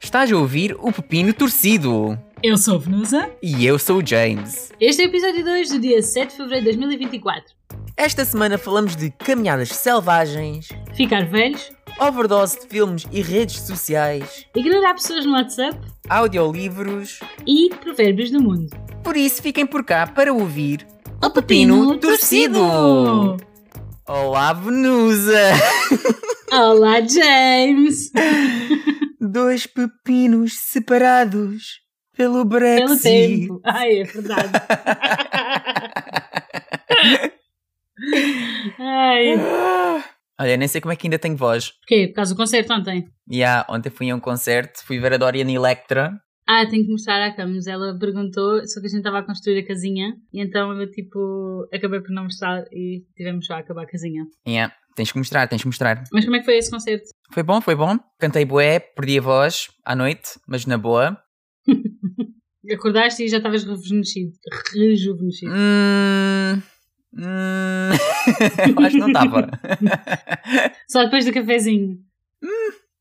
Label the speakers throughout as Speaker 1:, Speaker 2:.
Speaker 1: Estás a ouvir o Pepino Torcido.
Speaker 2: Eu sou a Venusa.
Speaker 1: E eu sou o James.
Speaker 2: Este é o episódio 2 do dia 7 de fevereiro de 2024.
Speaker 1: Esta semana falamos de caminhadas selvagens,
Speaker 2: Ficar velhos,
Speaker 1: overdose de filmes e redes sociais,
Speaker 2: ignorar pessoas no WhatsApp
Speaker 1: audiolivros.
Speaker 2: e provérbios do mundo.
Speaker 1: Por isso, fiquem por cá para ouvir
Speaker 2: O
Speaker 1: Pepino Torcido. Olá, Venusa!
Speaker 2: Olá, James!
Speaker 1: Dois pepinos separados pelo
Speaker 2: Pelo
Speaker 1: Brexit.
Speaker 2: tempo. Ai, é verdade. Ai.
Speaker 1: Olha, nem sei como é que ainda tenho voz.
Speaker 2: Porquê? Por causa do concerto ontem.
Speaker 1: E há, ontem fui a um concerto, fui ver a Dorian Electra.
Speaker 2: Ah, tenho que mostrar à Camus. Ela perguntou, só que a gente estava a construir a casinha, e então eu, tipo, acabei por não mostrar e tivemos só a acabar a casinha.
Speaker 1: Yeah, tens que mostrar, tens que mostrar.
Speaker 2: Mas como é que foi esse concerto?
Speaker 1: Foi bom, foi bom. Cantei bué, perdi a voz à noite, mas na boa.
Speaker 2: Acordaste e já estavas rejuvenescido. Rejuvenescido.
Speaker 1: Hum, hum, eu acho que não estava.
Speaker 2: Só depois do cafezinho.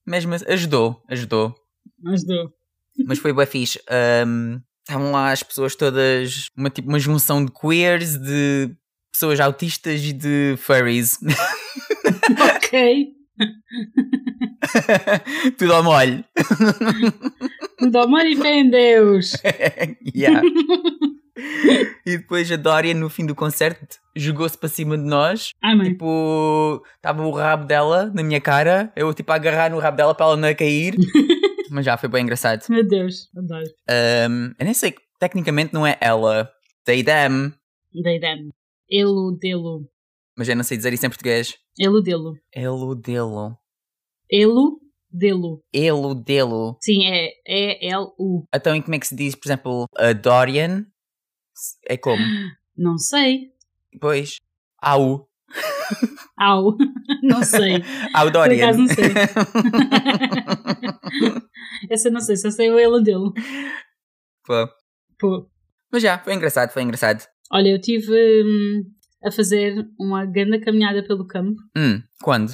Speaker 1: Mesmo assim, ajudou, ajudou.
Speaker 2: Mas dou.
Speaker 1: Mas foi bué fixe. Ahm, Estavam lá as pessoas todas, uma, tipo, uma junção de queers, de pessoas autistas e de furries.
Speaker 2: Ok.
Speaker 1: Tudo ao molho.
Speaker 2: Do amor e fé em Deus.
Speaker 1: Yeah. e depois a Dória, no fim do concerto, jogou-se para cima de nós.
Speaker 2: Amém.
Speaker 1: Tipo, estava o rabo dela na minha cara. Eu, tipo, a agarrar no rabo dela para ela não cair. Mas já foi bem engraçado.
Speaker 2: Meu Deus. Adoro.
Speaker 1: Ahm, eu nem sei, tecnicamente não é ela. They them.
Speaker 2: Deidame. Eludelo.
Speaker 1: Mas eu não sei dizer isso em português.
Speaker 2: Eludelo.
Speaker 1: Eludelo.
Speaker 2: Eludelo.
Speaker 1: Eludelo.
Speaker 2: Sim, é E-L-U.
Speaker 1: Então, e como é que se diz, por exemplo, a Dorian? É como?
Speaker 2: Não sei.
Speaker 1: Pois. Au.
Speaker 2: Au. Não sei.
Speaker 1: Au
Speaker 2: Por
Speaker 1: Dorian.
Speaker 2: acaso não sei. Essa eu não sei, só sei o Eludelo.
Speaker 1: Pô.
Speaker 2: Pô.
Speaker 1: Mas já, foi engraçado, foi engraçado.
Speaker 2: Olha, eu estive a fazer uma grande caminhada pelo campo
Speaker 1: Hum, quando?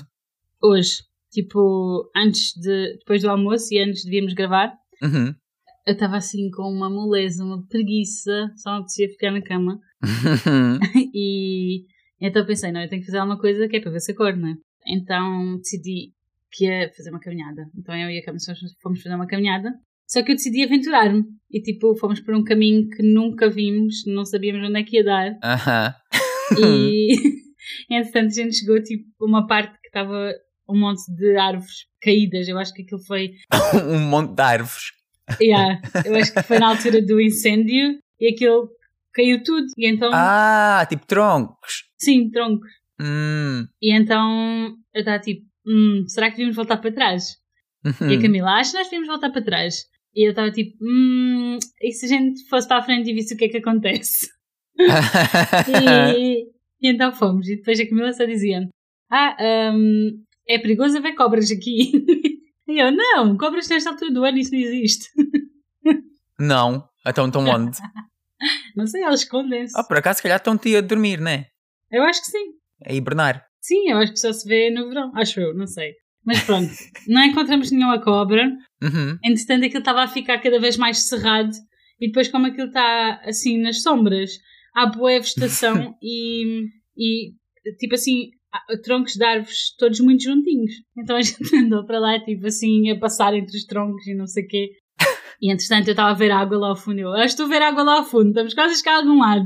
Speaker 2: hoje. Tipo, antes de. depois do almoço e antes de virmos gravar,
Speaker 1: Uhum.
Speaker 2: eu estava assim com uma moleza, uma preguiça, só não apetecia ficar na cama. E então pensei, não, eu tenho que fazer alguma coisa que é para ver se acordo, não é? Então decidi que ia fazer uma caminhada. Então eu e a Camus fomos- fomos fazer uma caminhada. Só que eu decidi aventurar-me. E tipo, fomos por um caminho que nunca vimos, não sabíamos onde é que ia dar.
Speaker 1: Aham.
Speaker 2: E entretanto a gente chegou tipo a uma parte que estava um monte de árvores caídas. Eu acho que aquilo foi.
Speaker 1: um monte de árvores.
Speaker 2: Yeah, eu acho que foi na altura do incêndio e aquilo caiu tudo. E então,
Speaker 1: Ah, tipo troncos.
Speaker 2: sim, troncos.
Speaker 1: Hum.
Speaker 2: E então eu estava tipo, hum, será que devíamos voltar para trás?
Speaker 1: Hum.
Speaker 2: E a Camila, "Ah, acho que nós devíamos voltar para trás. E eu estava tipo, hum, e se a gente fosse para a frente e visse o que é que acontece? E, e então fomos. E depois a Camila só dizia: Ah, hum, é perigoso haver cobras aqui. E eu: Não, cobras nesta altura do ano, isso não existe.
Speaker 1: Não. Então estão onde?
Speaker 2: Não sei, elas escondem-se.
Speaker 1: Ah, por acaso, se calhar estão-te a dormir, né?
Speaker 2: Eu acho que sim.
Speaker 1: A hibernar.
Speaker 2: Sim, eu acho que só se vê no verão. Acho eu, não sei. Mas pronto, não encontramos nenhuma cobra.
Speaker 1: Uhum.
Speaker 2: Entretanto, aquilo estava a ficar cada vez mais cerrado. E depois, como aquilo está assim nas sombras, há boa vegetação e, e tipo assim, há troncos de árvores todos muito juntinhos. Então a gente andou para lá, tipo assim, a passar entre os troncos e não sei o quê. E entretanto, eu estava a ver água lá ao fundo. Eu "Ah, estou a ver água lá ao fundo, estamos quase a chegar a algum lado.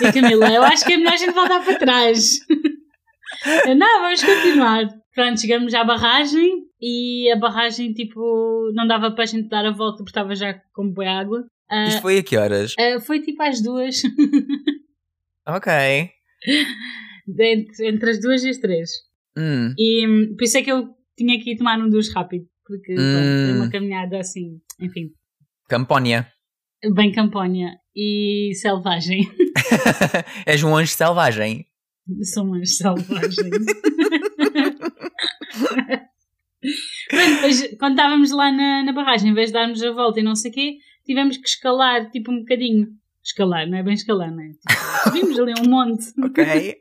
Speaker 2: E a Camila, eu acho que é melhor a gente voltar para trás. Eu, não, vamos continuar. Pronto, chegamos à barragem e a barragem, tipo, não dava para a gente dar a volta porque estava já com boa água. Ah,
Speaker 1: Isto foi a que horas?
Speaker 2: ah, foi tipo às duas,
Speaker 1: Ok.
Speaker 2: entre, entre as duas e as três.
Speaker 1: Hum.
Speaker 2: E hum, por isso é que eu tinha que ir tomar um duche rápido, porque pronto,
Speaker 1: Hum.
Speaker 2: foi uma caminhada assim, enfim,
Speaker 1: Campónia.
Speaker 2: bem camponha e selvagem.
Speaker 1: És um anjo selvagem.
Speaker 2: Sou mais selvagem. Pronto, depois, quando estávamos lá na, na barragem, em vez de darmos a volta e não sei o quê, tivemos que escalar tipo um bocadinho. Escalar, não é bem escalar, não é? Tipo, Subimos ali um monte
Speaker 1: Ok.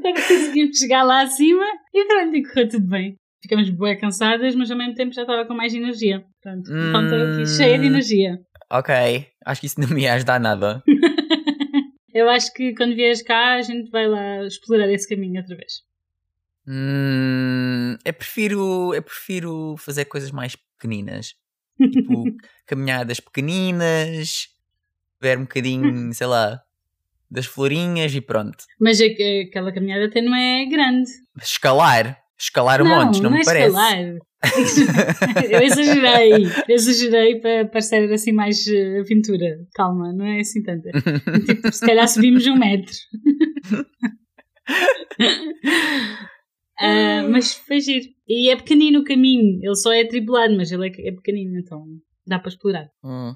Speaker 2: para conseguirmos chegar lá acima e pronto, e correu tudo bem. ficamos bué cansadas, mas ao mesmo tempo já estava com mais energia. Portanto, então estou aqui cheia de energia.
Speaker 1: Ok, acho que isso não me ia ajudar nada.
Speaker 2: Eu acho que quando vieres cá a gente vai lá explorar esse caminho outra vez.
Speaker 1: Hum, eu, prefiro, eu prefiro fazer coisas mais pequeninas. Tipo, caminhadas pequeninas, ver um bocadinho, sei lá, das florinhas e pronto.
Speaker 2: Mas a- a- aquela caminhada até não é grande.
Speaker 1: Escalar, escalar montes, não,
Speaker 2: é
Speaker 1: me parece.
Speaker 2: escalar. Eu exagerei, exagerei para parecer assim mais eh, aventura. Calma, não é assim tanta. Tipo, se calhar subimos um metro. Ah, mas foi giro. E é pequenino o caminho, ele só é atribulado, mas ele é, é pequenino, então dá para explorar.
Speaker 1: Hum.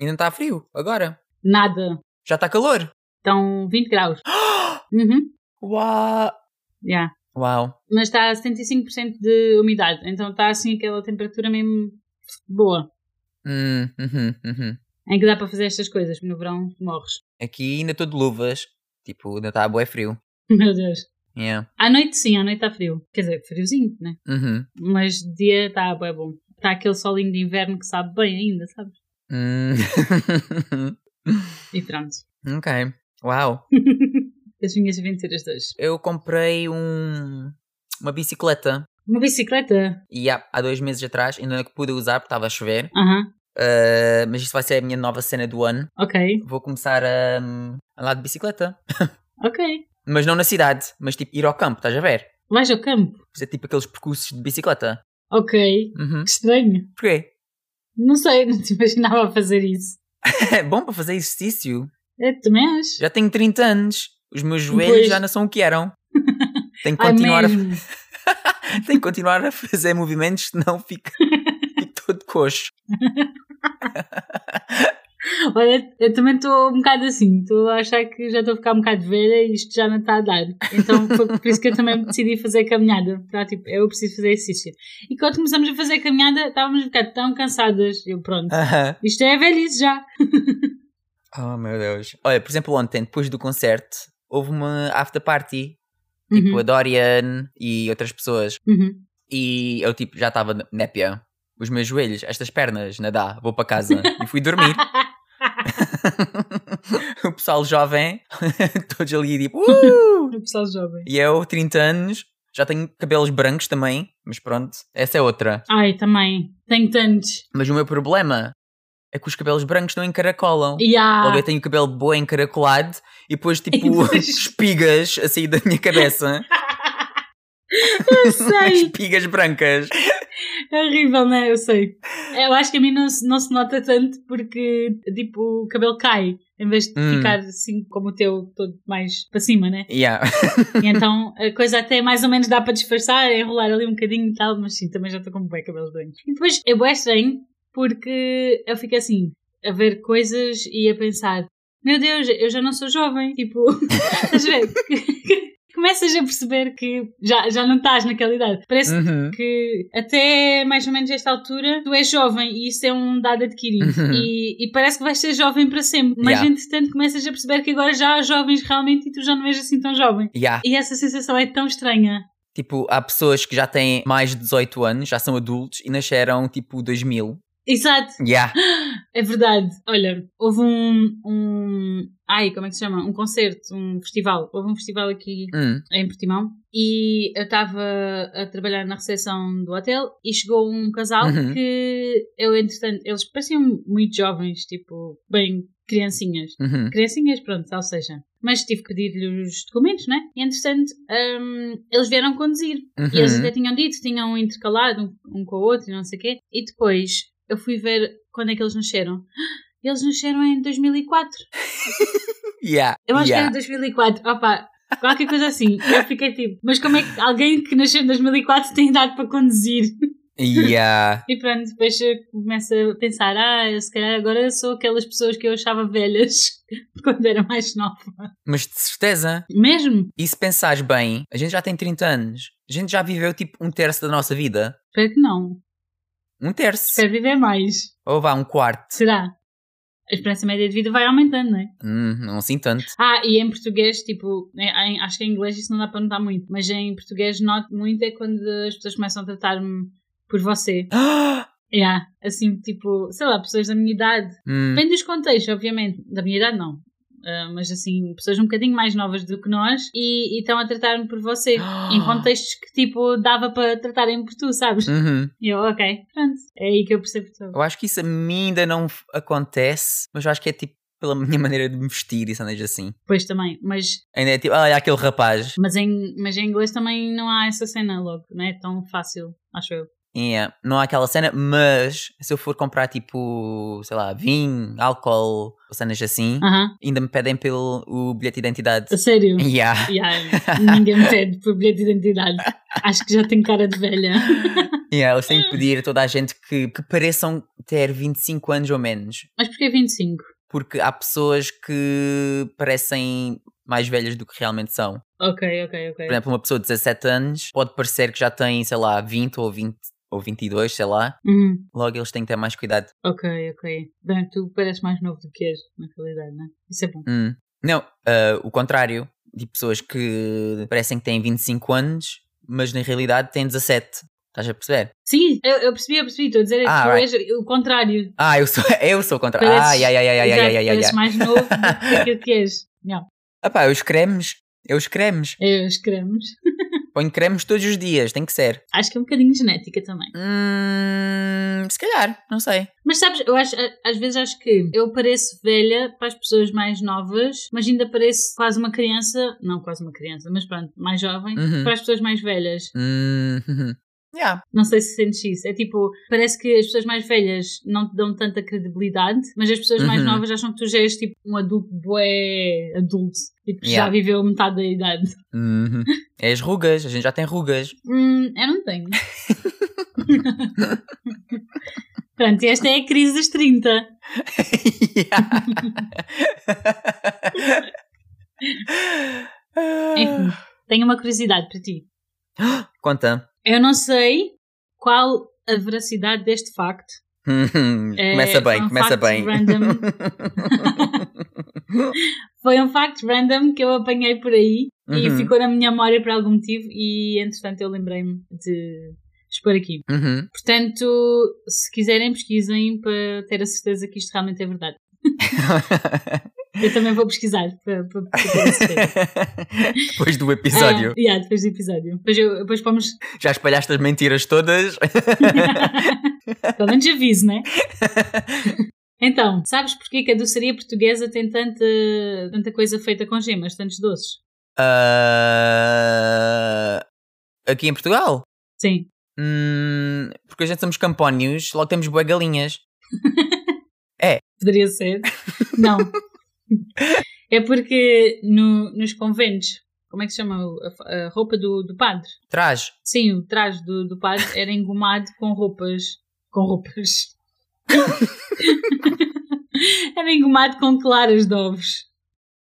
Speaker 1: Ainda está frio agora.
Speaker 2: Nada,
Speaker 1: Já está calor.
Speaker 2: estão 20 graus. Uhum,
Speaker 1: Uau!
Speaker 2: yeah.
Speaker 1: Uau!
Speaker 2: Mas está a 75% de umidade, então está assim aquela temperatura mesmo boa.
Speaker 1: Hum, uhum, uhum.
Speaker 2: em que dá para fazer estas coisas. No verão morres.
Speaker 1: Aqui ainda estou de luvas. Tipo, ainda está bué frio.
Speaker 2: Meu Deus.
Speaker 1: Yeah.
Speaker 2: À noite sim, à noite está frio. Quer dizer, friozinho, né?
Speaker 1: Uhum.
Speaker 2: Mas de dia está bem bom. Está aquele solinho de inverno que sabe bem ainda, sabes?
Speaker 1: Hum.
Speaker 2: E pronto.
Speaker 1: ok. Uau!
Speaker 2: As minhas aventuras de hoje.
Speaker 1: Eu comprei um, uma bicicleta.
Speaker 2: Uma bicicleta?
Speaker 1: E há, há dois meses atrás, ainda não é pude usar porque estava a chover.
Speaker 2: Aham,
Speaker 1: Uh, mas isso vai ser a minha nova cena do ano.
Speaker 2: ok.
Speaker 1: Vou começar a hum, andar de bicicleta.
Speaker 2: Ok.
Speaker 1: Mas não na cidade, mas tipo ir ao campo, estás a ver?
Speaker 2: Vais ao campo?
Speaker 1: Fazer tipo aqueles percursos de bicicleta.
Speaker 2: Ok.
Speaker 1: Uhum.
Speaker 2: Que estranho.
Speaker 1: Porquê?
Speaker 2: Não sei, não te imaginava fazer isso.
Speaker 1: É bom para fazer exercício.
Speaker 2: É, também acho.
Speaker 1: Já tenho 30 anos. Os meus joelhos
Speaker 2: Pois.
Speaker 1: já não são o que eram. Tenho que
Speaker 2: Ah,
Speaker 1: continuar, a,
Speaker 2: mesmo.
Speaker 1: tenho que continuar a fazer movimentos, senão fico, fico todo coxo.
Speaker 2: Olha, eu também estou um bocado assim, estou a achar que já estou a ficar um bocado velha e isto já não está a dar. Então foi por isso que eu também decidi fazer caminhada. Tá, tipo, eu preciso fazer exercício. E quando começamos a fazer caminhada, estávamos um bocado tão cansadas. Eu, pronto,
Speaker 1: Aham.
Speaker 2: isto é velhice já.
Speaker 1: Oh meu Deus. Olha, por exemplo, ontem, depois do concerto, houve uma after party. Tipo,
Speaker 2: Uhum,
Speaker 1: a Dorian e outras pessoas.
Speaker 2: uhum.
Speaker 1: E eu tipo, já estava népia. Os meus joelhos, estas pernas, nadar, vou para casa. E fui dormir. o pessoal jovem, todos ali tipo, "Uh!"
Speaker 2: O pessoal jovem.
Speaker 1: E eu, 30 anos, já tenho cabelos brancos também, mas pronto, essa é outra.
Speaker 2: Ai, também, tenho tantos.
Speaker 1: Mas o meu problema é que os cabelos brancos não encaracolam.
Speaker 2: E há-
Speaker 1: Logo eu tenho o cabelo boi encaracolado e depois tipo
Speaker 2: depois-
Speaker 1: espigas a sair da minha cabeça.
Speaker 2: eu sei,
Speaker 1: espigas brancas.
Speaker 2: é horrível, não é? Eu sei. Eu acho que a mim não se, não se nota tanto porque, tipo, o cabelo cai. Em vez de
Speaker 1: Hum.
Speaker 2: ficar assim como o teu, todo mais para cima, né?
Speaker 1: Yeah.
Speaker 2: E então a coisa até mais ou menos dá para disfarçar, enrolar ali um bocadinho e tal, mas sim, também já estou com bem cabelos brancos. E depois é bué estranho porque eu fico assim, a ver coisas e a pensar: meu Deus, eu já não sou jovem. Tipo, estás a ver? Começas a perceber que já, já não estás naquela idade. Parece
Speaker 1: Uhum.
Speaker 2: que até mais ou menos esta altura tu és jovem e isso é um dado adquirido
Speaker 1: Uhum.
Speaker 2: e, e parece que vais ser jovem para sempre mas
Speaker 1: Yeah.
Speaker 2: entretanto começas a perceber que agora já há jovens realmente e tu já não és assim tão jovem
Speaker 1: Yeah.
Speaker 2: e essa sensação é tão estranha
Speaker 1: Tipo, há pessoas que já têm mais de 18 anos, já são adultos e nasceram tipo 2000.
Speaker 2: exato
Speaker 1: Yeah.
Speaker 2: é verdade olha houve um, um ai como é que se chama um concerto um festival houve um festival aqui
Speaker 1: Hum.
Speaker 2: em Portimão e eu estava a trabalhar na recepção do hotel e chegou um casal
Speaker 1: Uhum.
Speaker 2: que eu entretanto eles pareciam muito jovens tipo bem criancinhas
Speaker 1: Uhum.
Speaker 2: criancinhas pronto ou seja mas tive que pedir-lhe os documentos né e entretanto hum, eles vieram conduzir e eles até
Speaker 1: Uhum.
Speaker 2: tinham dito, tinham intercalado um, um com o outro e não sei o quê. E depois eu fui ver quando é que eles nasceram. Eles nasceram em 2004.
Speaker 1: Yeah.
Speaker 2: Eu acho
Speaker 1: yeah.
Speaker 2: que era 2004. Opa, qualquer coisa assim. Eu fiquei tipo, mas como é que alguém que nasceu em 2004 tem idade para conduzir? é-
Speaker 1: Yeah.
Speaker 2: E pronto, depois eu começo a pensar, ah, eu se calhar agora sou aquelas pessoas que eu achava velhas quando era mais nova.
Speaker 1: Mas de certeza,
Speaker 2: Mesmo?
Speaker 1: e se pensares bem, a gente já tem 30 anos. A gente já viveu tipo um terço da nossa vida.
Speaker 2: Espero que não.
Speaker 1: Um terço.
Speaker 2: Espero viver mais.
Speaker 1: Ou vá, um quarto.
Speaker 2: Será? a esperança média de vida vai aumentando, não é?
Speaker 1: Hum, não assim tanto.
Speaker 2: Ah, e em português, tipo, em- em- acho que em inglês isso não dá para notar muito, mas em português noto muito é quando as pessoas começam a tratar-me por você. Yeah, assim, tipo, sei lá, pessoas da minha idade.
Speaker 1: Hum,
Speaker 2: Depende dos contextos, obviamente. Da minha idade, não. Ah, mas assim, pessoas um bocadinho mais novas do que nós e e estão a tratar-me por você. Em contextos que, tipo, dava para tratarem por tu, sabes?
Speaker 1: uhum.
Speaker 2: E eu, ok, pronto. É aí que eu percebo tudo.
Speaker 1: Eu acho que isso a mim ainda não f- acontece, mas eu acho que é tipo pela minha maneira de me vestir e cenas assim.
Speaker 2: Pois também, mas
Speaker 1: Ainda é tipo, ah, olha aquele rapaz.
Speaker 2: Mas em, mas em inglês também não há essa cena logo, não é tão fácil, acho eu.
Speaker 1: Yeah, não há aquela cena, mas se eu for comprar tipo, sei lá, vinho, álcool, cenas assim,
Speaker 2: Aham,
Speaker 1: ainda me pedem pelo o bilhete de identidade.
Speaker 2: a sério.
Speaker 1: Yeah.
Speaker 2: Yeah, ninguém me pede por bilhete de identidade. Acho que já tenho cara de velha.
Speaker 1: Yeah, eles têm que pedir a toda a gente que, que pareçam ter 25 anos ou menos.
Speaker 2: Mas é porquê 25?
Speaker 1: Porque há pessoas que parecem mais velhas do que realmente são.
Speaker 2: Ok, ok, ok.
Speaker 1: Por exemplo, uma pessoa de 17 anos pode parecer que já tem, sei lá, 20 ou 20 ou 22, sei lá.
Speaker 2: Hum,
Speaker 1: Logo eles têm que ter mais cuidado.
Speaker 2: ok, ok. Bem, tu pareces mais novo do que és, na realidade, não é? Isso é bom.
Speaker 1: Hum. Não, ah, o contrário. De pessoas que parecem que têm 25 anos, mas na realidade têm 17. Estás a perceber?
Speaker 2: Sim, eu, eu percebi, eu percebi. Estou a dizer é que
Speaker 1: Ah,
Speaker 2: tu
Speaker 1: right.
Speaker 2: és o contrário.
Speaker 1: Ah, eu sou, eu sou o contrário.
Speaker 2: Pareces-
Speaker 1: ai, ai, ai, ai, ai,
Speaker 2: Exato,
Speaker 1: ai, ai, ai,
Speaker 2: pareces
Speaker 1: ai.
Speaker 2: mais novo do que aquilo que és. Não,
Speaker 1: Ah pá, os cremes. Eu os cremes.
Speaker 2: é os cremes.
Speaker 1: Ponho cremes todos os dias, tem que ser.
Speaker 2: Acho que é um bocadinho genética também.
Speaker 1: Hum, se calhar, não sei.
Speaker 2: Mas sabes, eu acho, a- às vezes acho que eu pareço velha para as pessoas mais novas, mas ainda pareço quase uma criança, não quase uma criança, mas pronto, mais jovem,
Speaker 1: Uhum.
Speaker 2: para as pessoas mais velhas.
Speaker 1: Hum, yeah.
Speaker 2: Não sei se sentes isso. É tipo, parece que as pessoas mais velhas não te dão tanta credibilidade, mas as pessoas mais
Speaker 1: Uhum.
Speaker 2: novas acham que tu já és tipo um adulto bué adulto e que já
Speaker 1: Yeah.
Speaker 2: viveu metade da idade.
Speaker 1: Uhum. É as rugas, a gente já tem rugas.
Speaker 2: Hum, eu não tenho. pronto, e esta é a crise dos 30. Enfim, tenho uma curiosidade para ti.
Speaker 1: Conta.
Speaker 2: Eu não sei qual a veracidade deste facto. É,
Speaker 1: começa bem,
Speaker 2: foi um
Speaker 1: começa
Speaker 2: facto
Speaker 1: bem.
Speaker 2: random. Foi um facto random que eu apanhei por aí e
Speaker 1: Uhum.
Speaker 2: ficou na minha memória por algum motivo e, entretanto, eu lembrei-me de expor aqui.
Speaker 1: Uhum.
Speaker 2: Portanto, se quiserem, pesquisem para ter a certeza que isto realmente é verdade. Eu também vou pesquisar para, para, para ter a certeza.
Speaker 1: Depois do episódio,
Speaker 2: Ah, yeah, depois do episódio. Depois, eu, depois pomos.
Speaker 1: já espalhaste as mentiras todas.
Speaker 2: Pelo menos aviso, né? Então, sabes porquê que a doçaria portuguesa tem tanta, tanta coisa feita com gemas, tantos doces?
Speaker 1: Ah, aqui em Portugal?
Speaker 2: Sim.
Speaker 1: Hum, porque a gente somos campónios, logo temos boé galinhas.
Speaker 2: Poderia ser. Não. é porque no- nos conventos, como é que se chama o- a, fa- a roupa do, do padre?
Speaker 1: Traz.
Speaker 2: Sim, o traje do, do padre era engomado com roupas. Com roupas. era engomado com claras de ovos.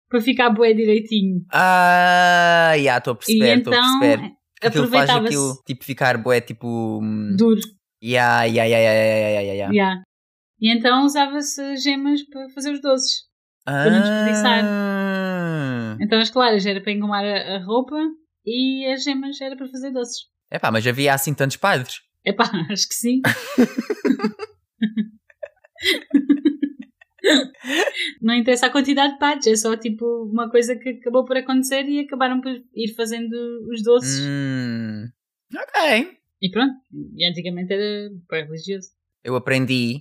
Speaker 2: Para ficar bué direitinho.
Speaker 1: Ah, já, estou a
Speaker 2: E
Speaker 1: perceber, estou a perceber.
Speaker 2: então
Speaker 1: Aquilo faz
Speaker 2: aproveitava-se.
Speaker 1: aquilo, tipo, ficar boé, tipo... hum,
Speaker 2: duro.
Speaker 1: Ya, ya, ya, ya, ya, ya, ya, ya.
Speaker 2: Yeah. E então usava-se gemas para fazer os doces.
Speaker 1: Para
Speaker 2: não desperdiçar.
Speaker 1: Ah!
Speaker 2: Então as claras era para engomar a a roupa e as gemas era para fazer doces.
Speaker 1: Epá, mas havia assim tantos padres.
Speaker 2: Epá, acho que sim. Não interessa a quantidade de padres, é só tipo uma coisa que acabou por acontecer e acabaram por ir fazendo os doces.
Speaker 1: Hum, ok.
Speaker 2: E pronto, e antigamente era bem religioso.
Speaker 1: Eu aprendi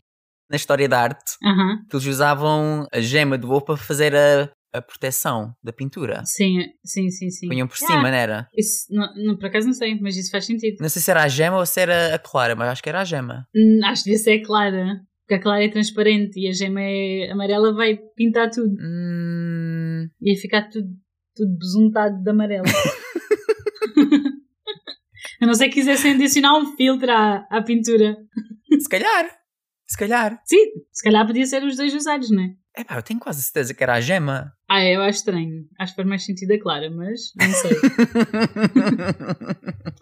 Speaker 1: na história da arte
Speaker 2: Aham,
Speaker 1: que eles usavam a gema do ovo para fazer a, a proteção da pintura.
Speaker 2: sim, Ah. sim, sim, sim.
Speaker 1: Punham por
Speaker 2: Yeah.
Speaker 1: cima, não era?
Speaker 2: Isso, não, não, por acaso não sei, mas isso faz sentido.
Speaker 1: Não sei se era a gema ou se era a clara, mas acho que era a gema.
Speaker 2: Hum, Acho que devia ser clara, porque a clara é transparente e a gema é amarela vai pintar tudo.
Speaker 1: Hum,
Speaker 2: Ia ficar tudo, tudo besuntado de amarelo. A não ser que quisessem adicionar um filtro à, à pintura.
Speaker 1: se calhar. Se calhar.
Speaker 2: Sim, se calhar podia ser os dois usados, não é?
Speaker 1: Epá, eu tenho quase certeza que era a gema.
Speaker 2: Ah, eu acho estranho. Acho que faz mais sentido a clara, mas não sei.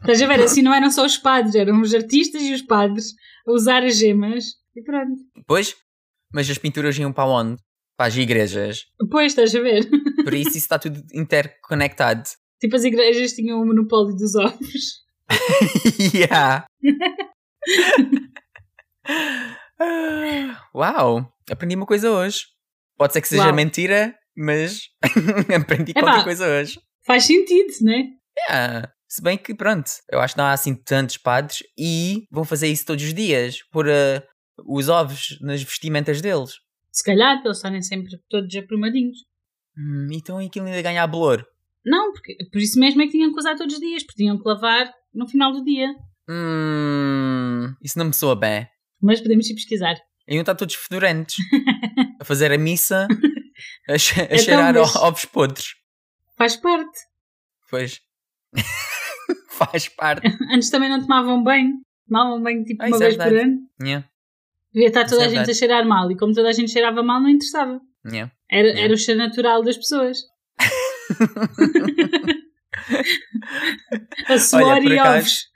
Speaker 2: Estás a ver, assim não eram só os padres, eram os artistas e os padres a usar as gemas. E pronto.
Speaker 1: Pois, mas as pinturas iam para onde? Para as igrejas.
Speaker 2: Pois, estás a ver?
Speaker 1: Por isso isso está tudo interconectado.
Speaker 2: Tipo, as igrejas tinham o monopólio dos ovos.
Speaker 1: yeah. Ah, Uau! Aprendi uma coisa hoje. Pode ser que seja
Speaker 2: Uau.
Speaker 1: mentira, mas aprendi
Speaker 2: Epá.
Speaker 1: qualquer coisa hoje.
Speaker 2: Faz sentido, né?
Speaker 1: Yeah. Se bem que, pronto, eu acho que não há assim tantos padres e vão fazer isso todos os dias pôr ah, os ovos nas vestimentas deles.
Speaker 2: Se calhar, para eles estarem sempre todos aprumadinhos.
Speaker 1: Hum, então aquilo ainda ganha a bolor.
Speaker 2: Não, porque por isso mesmo é que tinham que usar todos os dias, porque tinham que lavar no final do dia.
Speaker 1: Hum, isso não me soa bem.
Speaker 2: Mas podemos ir pesquisar.
Speaker 1: Ainda estão todos fedorentes a fazer a missa, a, che- a
Speaker 2: Então,
Speaker 1: cheirar
Speaker 2: mas-
Speaker 1: o- ovos podres.
Speaker 2: Faz parte.
Speaker 1: Pois. Faz parte.
Speaker 2: Antes também não tomavam banho. Tomavam banho tipo
Speaker 1: Ah,
Speaker 2: uma
Speaker 1: isso é
Speaker 2: vez por
Speaker 1: verdade.
Speaker 2: ano.
Speaker 1: Yeah,
Speaker 2: Devia estar toda
Speaker 1: Isso é
Speaker 2: a gente a
Speaker 1: verdade.
Speaker 2: cheirar mal. E como toda a gente cheirava mal, não interessava.
Speaker 1: yeah.
Speaker 2: Era,
Speaker 1: Yeah.
Speaker 2: era o cheiro natural das pessoas. a suor
Speaker 1: por
Speaker 2: e
Speaker 1: acaso-
Speaker 2: ovos.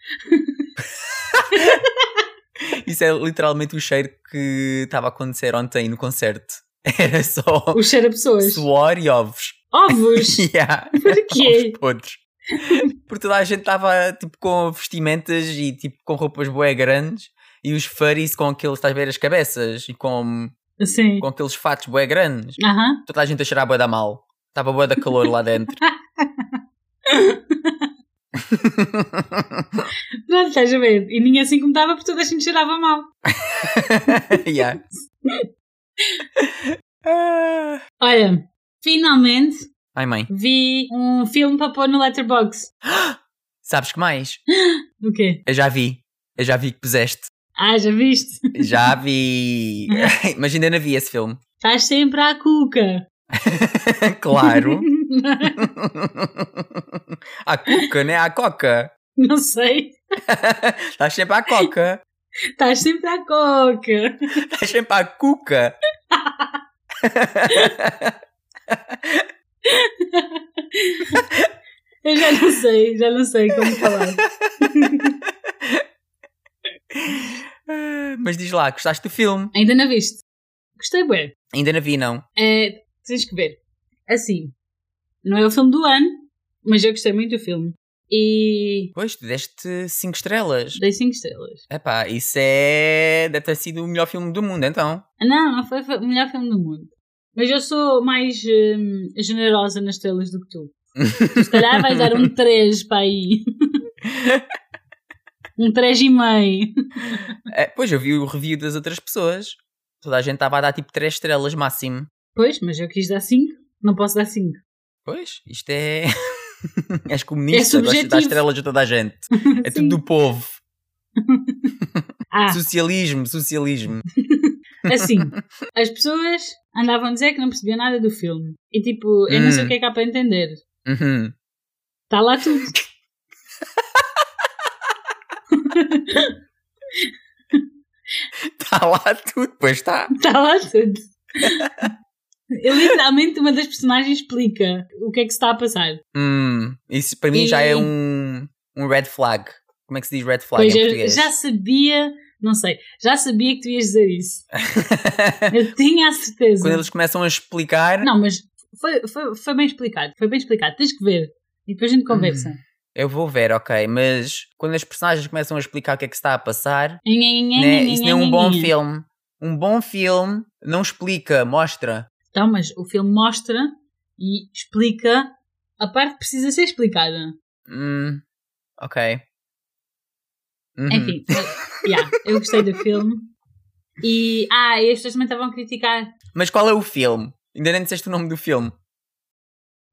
Speaker 1: Isso é literalmente o cheiro que estava a acontecer ontem no concerto. Era só
Speaker 2: O cheiro a pessoas.
Speaker 1: suor e ovos.
Speaker 2: Ovos!
Speaker 1: Yeah.
Speaker 2: Porquê?
Speaker 1: Ovos podres. Porque toda a gente estava tipo com vestimentas e tipo com roupas bué grandes e os furries com aqueles, estás a ver, as cabeças e com,
Speaker 2: Sim.
Speaker 1: com aqueles fatos bué grandes.
Speaker 2: Assim. Aham.
Speaker 1: Toda a gente a cheirar bué da mal. Estava bué da calor lá dentro.
Speaker 2: Pronto, estás a ver? E ninguém se incomodava porque toda a gente cheirava mal.
Speaker 1: yeah. Ah.
Speaker 2: Olha, finalmente
Speaker 1: Ai mãe,
Speaker 2: vi um filme para pôr no Letterboxd.
Speaker 1: sabes que mais?
Speaker 2: O quê?
Speaker 1: Eu já vi. Eu já vi que puseste.
Speaker 2: Ah, já viste?
Speaker 1: Já vi. Mas ainda não vi esse filme.
Speaker 2: Estás sempre à cuca.
Speaker 1: claro. A cuca, né? A coca.
Speaker 2: Não sei.
Speaker 1: Estás sempre à coca.
Speaker 2: Estás sempre à coca.
Speaker 1: Estás sempre à cuca.
Speaker 2: Eu já não sei, já não sei como falar.
Speaker 1: Ah, Mas diz lá, gostaste do filme?
Speaker 2: Ainda não viste? Gostei bem.
Speaker 1: Ainda não vi, não.
Speaker 2: É, tens que ver. Assim, não é o filme do ano, mas eu gostei muito do filme. E
Speaker 1: Pois, tu deste 5 estrelas.
Speaker 2: dei 5 estrelas.
Speaker 1: Epá, isso é. Deve ter sido o melhor filme do mundo, então.
Speaker 2: Não, não foi o melhor filme do mundo. Mas eu sou mais hum, generosa nas estrelas do que tu. Tu, Se calhar vais dar um 3 para aí. Um 3,5.
Speaker 1: É, pois, eu vi o review das outras pessoas. Toda a gente estava a dar tipo 3 estrelas máximo.
Speaker 2: Pois, mas eu quis dar 5. Não posso dar 5.
Speaker 1: Pois, isto é. És comunista,
Speaker 2: É
Speaker 1: gostas de dar
Speaker 2: subjetivo.
Speaker 1: estrelas de toda a gente. É tudo do povo.
Speaker 2: Ah,
Speaker 1: Socialismo, socialismo.
Speaker 2: assim, as pessoas andavam a dizer que não percebiam nada do filme. E tipo, eu não sei
Speaker 1: Hum.
Speaker 2: o que é que há para entender.
Speaker 1: Uhum.
Speaker 2: Está lá tudo.
Speaker 1: Está Tá lá tudo, pois tá. está.
Speaker 2: Está Tá lá tudo. E, literalmente uma das personagens explica o que é que se está a passar.
Speaker 1: Hum, isso para mim já é
Speaker 2: E-
Speaker 1: um, um red flag. Como é que se diz red flag
Speaker 2: Pois
Speaker 1: em
Speaker 2: eu
Speaker 1: português?
Speaker 2: já sabia, não sei, já sabia que tu ias dizer isso. Eu tinha a certeza.
Speaker 1: Quando "Ah, eles começam a explicar,
Speaker 2: Não, mas foi, foi, foi bem explicado, foi bem explicado. Tens que ver. E depois a gente
Speaker 1: Uhum.
Speaker 2: conversa.
Speaker 1: eu vou ver, ok, mas quando as personagens começam a explicar o que é que se está a passar, né,
Speaker 2: Né?
Speaker 1: isso não é um bom filme. Um bom filme não explica, mostra.
Speaker 2: Então, mas o filme mostra e explica a parte que precisa ser explicada.
Speaker 1: Hum, ok. Uhum.
Speaker 2: Enfim, eu, yeah, eu gostei do filme. E, ah, e as pessoas também estavam a criticar.
Speaker 1: Mas qual é o filme? Ainda nem disseste o nome do filme.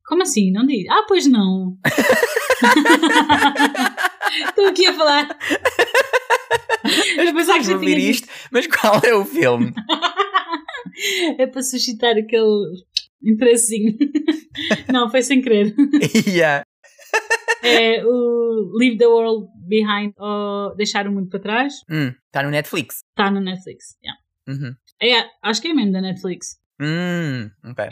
Speaker 2: Como assim? Não diz? Ah, pois não. Estou aqui a falar. Eu pensava que já
Speaker 1: Vou
Speaker 2: tinha
Speaker 1: ouvir
Speaker 2: dito.
Speaker 1: isto, mas qual é o filme?
Speaker 2: É para suscitar aquele interessezinho. Não, foi sem querer.
Speaker 1: yeah.
Speaker 2: É o Leave the World Behind ou Deixar o Mundo para Trás.
Speaker 1: hum, tá no Netflix.
Speaker 2: Está na Netflix. yeah.
Speaker 1: Uhum.
Speaker 2: É, acho que é mesmo da Netflix.
Speaker 1: Hum, ok.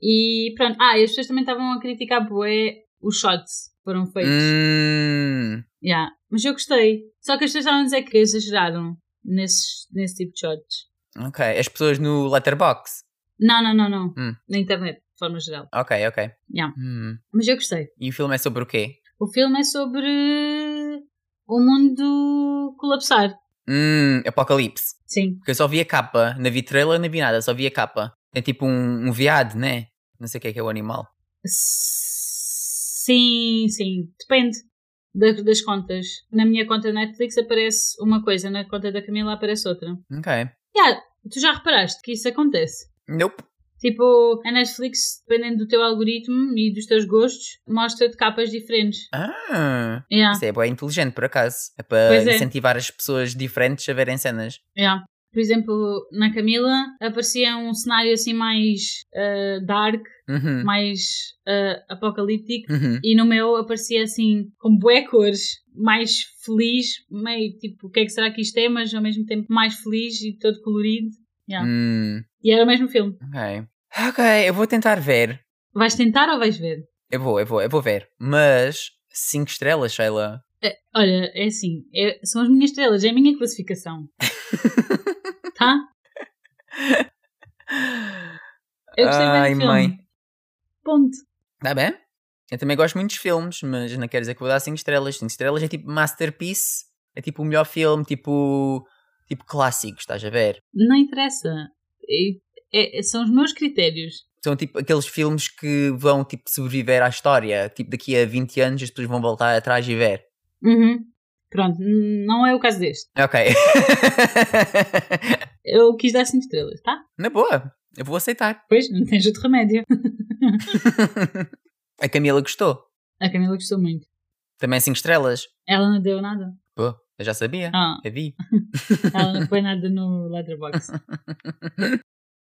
Speaker 2: E pronto. Ah, e as pessoas também estavam a criticar bué os shots que foram feitos.
Speaker 1: Hum,
Speaker 2: Yeah. Mas eu gostei. Só que as pessoas estavam a dizer que exageraram nesses, nesse tipo de shots.
Speaker 1: Ok. As pessoas no letterbox.
Speaker 2: Não, não, não, não.
Speaker 1: Hum.
Speaker 2: Na internet, de forma geral.
Speaker 1: Ok, ok.
Speaker 2: Yeah.
Speaker 1: Hum.
Speaker 2: Mas eu gostei.
Speaker 1: E o filme é sobre o quê?
Speaker 2: O filme é sobre o mundo colapsar.
Speaker 1: Hum, Apocalipse.
Speaker 2: Sim.
Speaker 1: Porque eu só vi a capa. Não vi trailer, não vi nada. Só vi a capa. É tipo um, um veado, né? Não sei o que é que é o animal.
Speaker 2: Sim, sim. Depende da- das contas. Na minha conta Netflix aparece uma coisa, na conta da Camila aparece outra.
Speaker 1: Ok.
Speaker 2: Yeah, tu já reparaste que isso acontece?
Speaker 1: Nope.
Speaker 2: Tipo, a Netflix, dependendo do teu algoritmo e dos teus gostos, mostra-te capas diferentes.
Speaker 1: Ah.
Speaker 2: Yeah,
Speaker 1: Isso é bem inteligente, por acaso. É para
Speaker 2: Pois é.
Speaker 1: incentivar as pessoas diferentes a verem cenas.
Speaker 2: yeah. Por exemplo, na Camila aparecia um cenário assim mais ah, dark,
Speaker 1: Uhum.
Speaker 2: mais ah, apocalíptico.
Speaker 1: Uhum.
Speaker 2: E no meu aparecia assim, com bué cores, mais feliz, meio tipo, o que é que será que isto é, mas ao mesmo tempo mais feliz e todo colorido. Yeah.
Speaker 1: Hum,
Speaker 2: E era o mesmo filme.
Speaker 1: ok. Ok, eu vou tentar ver.
Speaker 2: Vais tentar ou vais ver?
Speaker 1: Eu vou, eu vou, eu vou ver. Mas, 5 estrelas, Sheila.
Speaker 2: Olha, é assim, é- são as minhas estrelas, é a minha classificação. tá? Eu gostei
Speaker 1: Ai,
Speaker 2: bem do filme.
Speaker 1: mãe.
Speaker 2: Ponto.
Speaker 1: Tá bem? Eu também gosto muito de filmes, mas não quer dizer que vou dar 5 estrelas. 5 estrelas é tipo masterpiece. É tipo o melhor filme, tipo. Tipo clássico, estás a ver?
Speaker 2: Não interessa. É- é- são os meus critérios.
Speaker 1: São tipo aqueles filmes que vão tipo sobreviver à história. Tipo, daqui a 20 anos as pessoas vão voltar atrás e ver.
Speaker 2: Uhum. Pronto, n- não é o caso deste.
Speaker 1: Ok.
Speaker 2: Eu quis dar 5 estrelas, tá?
Speaker 1: Na boa, eu vou aceitar.
Speaker 2: Pois, não tens outro remédio.
Speaker 1: A Camila gostou.
Speaker 2: A Camila gostou muito.
Speaker 1: Também 5 estrelas.
Speaker 2: Ela não deu nada.
Speaker 1: Pô, eu já sabia.
Speaker 2: Ah,
Speaker 1: Eu vi.
Speaker 2: ela não põe nada no Letterboxd.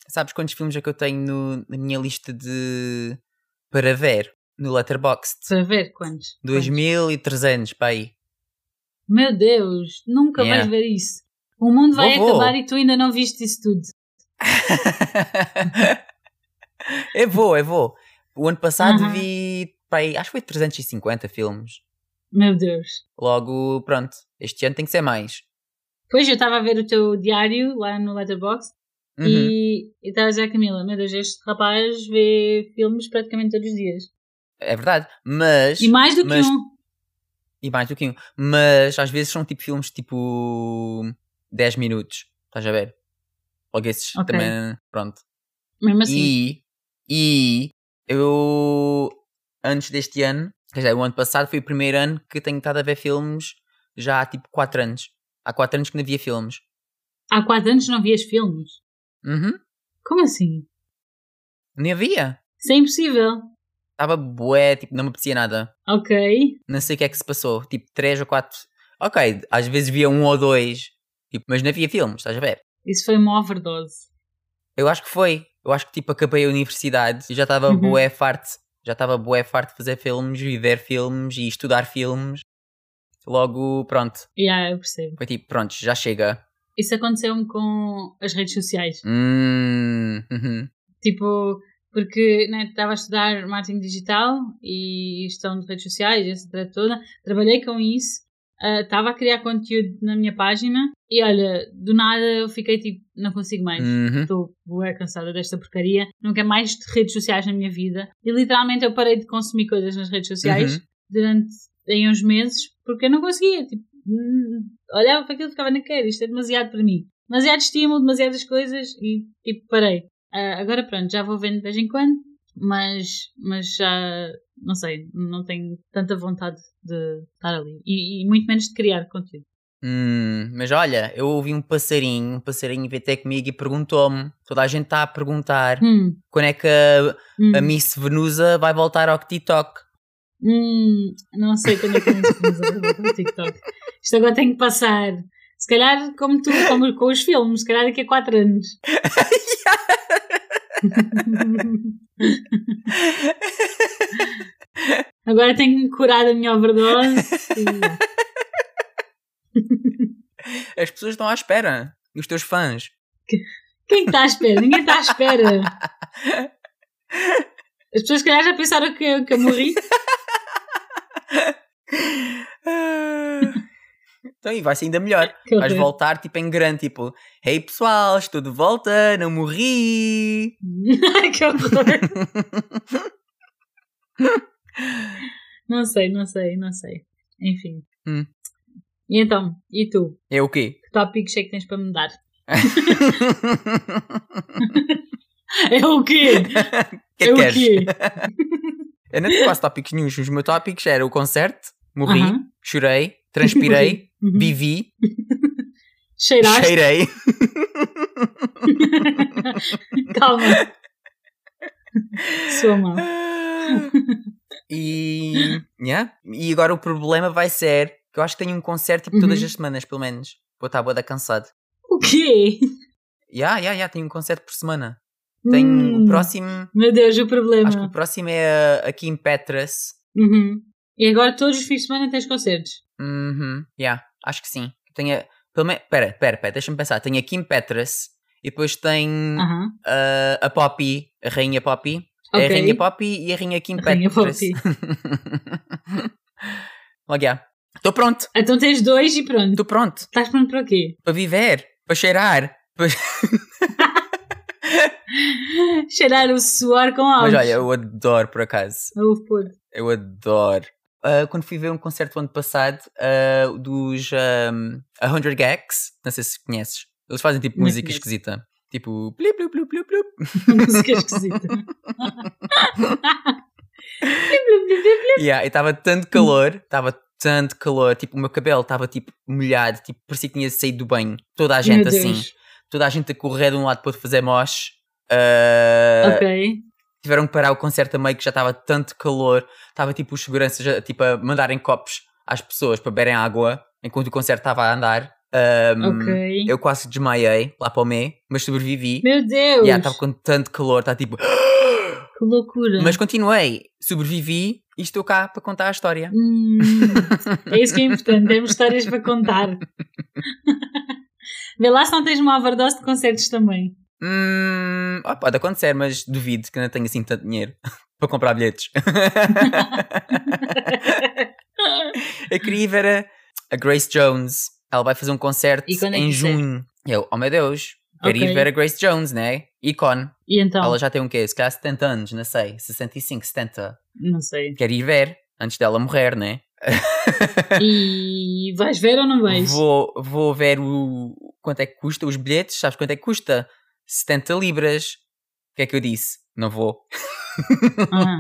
Speaker 1: Sabes quantos filmes é que eu tenho no- na minha lista de. para ver? No Letterboxd?
Speaker 2: Para ver quantos.
Speaker 1: 2300 para aí.
Speaker 2: Quantos? Meu Deus, nunca
Speaker 1: Yeah.
Speaker 2: vais ver isso. O mundo vai
Speaker 1: Vou, vou.
Speaker 2: acabar e tu ainda não viste isso tudo.
Speaker 1: eu vou, eu vou. é O ano passado
Speaker 2: Aham.
Speaker 1: vi. para aí, acho que foi 350 filmes.
Speaker 2: Meu Deus.
Speaker 1: Logo, pronto. Este ano tem que ser mais.
Speaker 2: Pois eu estava a ver o teu diário lá no Letterboxd
Speaker 1: Uhum.
Speaker 2: e e estava a dizer à Camila: Meu Deus, este rapaz vê filmes praticamente todos os dias.
Speaker 1: É verdade. Mas.
Speaker 2: E mais do que
Speaker 1: mas-
Speaker 2: um.
Speaker 1: e mais do que um. Mas às vezes são tipo filmes tipo 10 minutos, estás a ver? Logo esses
Speaker 2: Ok.
Speaker 1: também, pronto.
Speaker 2: Mesmo assim.
Speaker 1: E, e eu, antes deste ano, quer dizer, o ano passado foi o primeiro ano que tenho estado a ver filmes já há tipo 4 anos. Há 4 anos que não via filmes.
Speaker 2: Há quatro anos não vias filmes.
Speaker 1: Uhum.
Speaker 2: Como assim?
Speaker 1: Nem havia.
Speaker 2: Isso é impossível.
Speaker 1: Estava bué, tipo, não me apetecia nada.
Speaker 2: Ok.
Speaker 1: Não sei o que é que se passou. Tipo, 3 ou 4. Ok, às vezes via um ou dois, tipo, mas não havia filmes, estás a ver?
Speaker 2: Isso foi uma overdose.
Speaker 1: Eu acho que foi. Eu acho que tipo acabei a universidade e já estava
Speaker 2: Uhum.
Speaker 1: boé farto. Já estava boé farto de fazer filmes e ver filmes e estudar filmes. Logo, pronto.
Speaker 2: Yeah, eu percebo.
Speaker 1: Foi tipo, pronto, já chega.
Speaker 2: Isso aconteceu-me com as redes sociais.
Speaker 1: Hum. uhum.
Speaker 2: Tipo, porque né, estava a estudar marketing digital e gestão de redes sociais, essa treta toda. Trabalhei com isso. ah, Estava a criar conteúdo na minha página e olha, do nada eu fiquei tipo, não consigo mais.
Speaker 1: Uhum.
Speaker 2: Estou bué cansada desta porcaria. Não quero mais de redes sociais na minha vida. E literalmente eu parei de consumir coisas nas redes sociais
Speaker 1: Uhum.
Speaker 2: durante em uns meses porque eu não conseguia. Tipo, hum, olhava para aquilo e ficava, não quero. Isto é demasiado para mim. Demasiado estímulo, demasiadas coisas e tipo, parei. Ah, agora pronto, já vou vendo de vez em quando, mas, mas já não sei, não tenho tanta vontade de estar ali e, e muito menos de criar conteúdo.
Speaker 1: Hum, mas olha, eu ouvi um passarinho, um passarinho veio até comigo e perguntou-me. Toda a gente está a perguntar
Speaker 2: Hum,
Speaker 1: quando é que a,
Speaker 2: hum,
Speaker 1: a Miss Venusa vai voltar ao TikTok.
Speaker 2: hum, não sei quando é que eu vou no TikTok. Isto agora tem que passar. Se calhar, como tu, como com os filmes, se calhar daqui a 4 anos. Agora tenho que me curar da minha overdose. E-
Speaker 1: As pessoas estão à espera. E os teus fãs.
Speaker 2: Quem é está à espera? Ninguém está à espera. As pessoas, se calhar, já pensaram que, eu- que eu morri.
Speaker 1: Ah. Então, e vai ser ainda melhor.
Speaker 2: Que
Speaker 1: Vais
Speaker 2: horror.
Speaker 1: voltar tipo em grande, tipo, hey pessoal, estou de volta, não morri.
Speaker 2: que horror. não sei, não sei, não sei. Enfim.
Speaker 1: Hum.
Speaker 2: E então, e tu?
Speaker 1: É o quê?
Speaker 2: Que tópicos é que tens para me dar? É o quê?
Speaker 1: que
Speaker 2: é
Speaker 1: é que queres?
Speaker 2: o quê?
Speaker 1: Eu não tenho quase tópicos nenhum. Os meus tópicos eram o concerto, morri,
Speaker 2: Aham.
Speaker 1: chorei, transpirei,
Speaker 2: Uhum.
Speaker 1: vivi,
Speaker 2: Cheiraste?
Speaker 1: cheirei.
Speaker 2: Calma. Sou mal.
Speaker 1: e, yeah. e agora o problema vai ser que eu acho que tenho um concerto tipo, todas
Speaker 2: Uhum.
Speaker 1: as semanas, pelo menos. Vou estar boa da cansado.
Speaker 2: O quê?
Speaker 1: Yeah, yeah, yeah, tenho um concerto por semana. Tenho o
Speaker 2: Hum,
Speaker 1: próximo,
Speaker 2: Meu Deus, o problema.
Speaker 1: acho que o próximo é uh, aqui em Petras.
Speaker 2: Uhum. E agora todos os fins de semana tens concertos.
Speaker 1: Uhum, yeah, acho que sim. Tenho, a- pelo menos, pera, pera, pera, deixa-me pensar. Tenho aqui em Petras e depois tenho
Speaker 2: Aham.
Speaker 1: uh, a Poppy, a Rainha Poppy. É
Speaker 2: Ah. Ok.
Speaker 1: a Rainha Poppy e a Rainha Kim
Speaker 2: Rainha
Speaker 1: Petras.
Speaker 2: Poppy.
Speaker 1: Logo, yeah. Estou pronto,
Speaker 2: Então tens dois e pronto.
Speaker 1: estou pronto.
Speaker 2: Estás pronto para o quê?
Speaker 1: Para viver, para cheirar. Para...
Speaker 2: Cheirar o suor com álcool. Oh,
Speaker 1: Mas olha, eu adoro por acaso.
Speaker 2: Ovo podre.
Speaker 1: Eu adoro. Ah, quando fui ver um concerto ano passado ah, dos um, 100 Gags, não sei se conheces, eles fazem tipo
Speaker 2: Não
Speaker 1: música
Speaker 2: conheço.
Speaker 1: esquisita. Tipo, plip, plip, plip, plip, plip.
Speaker 2: Música esquisita.
Speaker 1: Yeah, e estava
Speaker 2: Hum.
Speaker 1: tanto calor, estava tanto calor, tipo, o meu cabelo estava tipo molhado, tipo, parecia que tinha saído do banho. Toda a gente
Speaker 2: Meu Deus.
Speaker 1: assim, toda a gente a correr de um lado para o outro fazer mosh. Ah,
Speaker 2: Ok.
Speaker 1: tiveram que parar o concerto a meio que já estava tanto calor, estava tipo os seguranças a, tipo, a mandarem copos às pessoas para beberem água enquanto o concerto estava a andar. Ahm,
Speaker 2: ok.
Speaker 1: hum, Eu quase desmaiei lá para o meio, mas sobrevivi.
Speaker 2: Meu Deus.
Speaker 1: E estava com tanto calor, está tipo.
Speaker 2: Que loucura.
Speaker 1: Mas continuei, sobrevivi e estou cá para contar a história.
Speaker 2: Hum, é isso que é importante, temos histórias para contar. Vê lá se não tens uma overdose de concertos também.
Speaker 1: Hum, ó, pode acontecer, mas duvido que ainda tenha assim tanto dinheiro para comprar bilhetes. eu queria ir ver a, a Grace Jones. Ela vai fazer um concerto
Speaker 2: E quando é que
Speaker 1: em
Speaker 2: isso é?
Speaker 1: junho. E Eu, oh meu Deus, quero
Speaker 2: Ok.
Speaker 1: ir ver a Grace Jones, né? Icon.
Speaker 2: E então,
Speaker 1: Ela já tem o quê? Se calhar 70 anos, não sei. 65, 70.
Speaker 2: não sei.
Speaker 1: Quero ir ver antes dela morrer, né?
Speaker 2: E vais ver ou não vais?
Speaker 1: Vou, vou ver o quanto é que custa os bilhetes. Sabes quanto é que custa? 70 libras. O que é que eu disse? Não vou.
Speaker 2: Ah,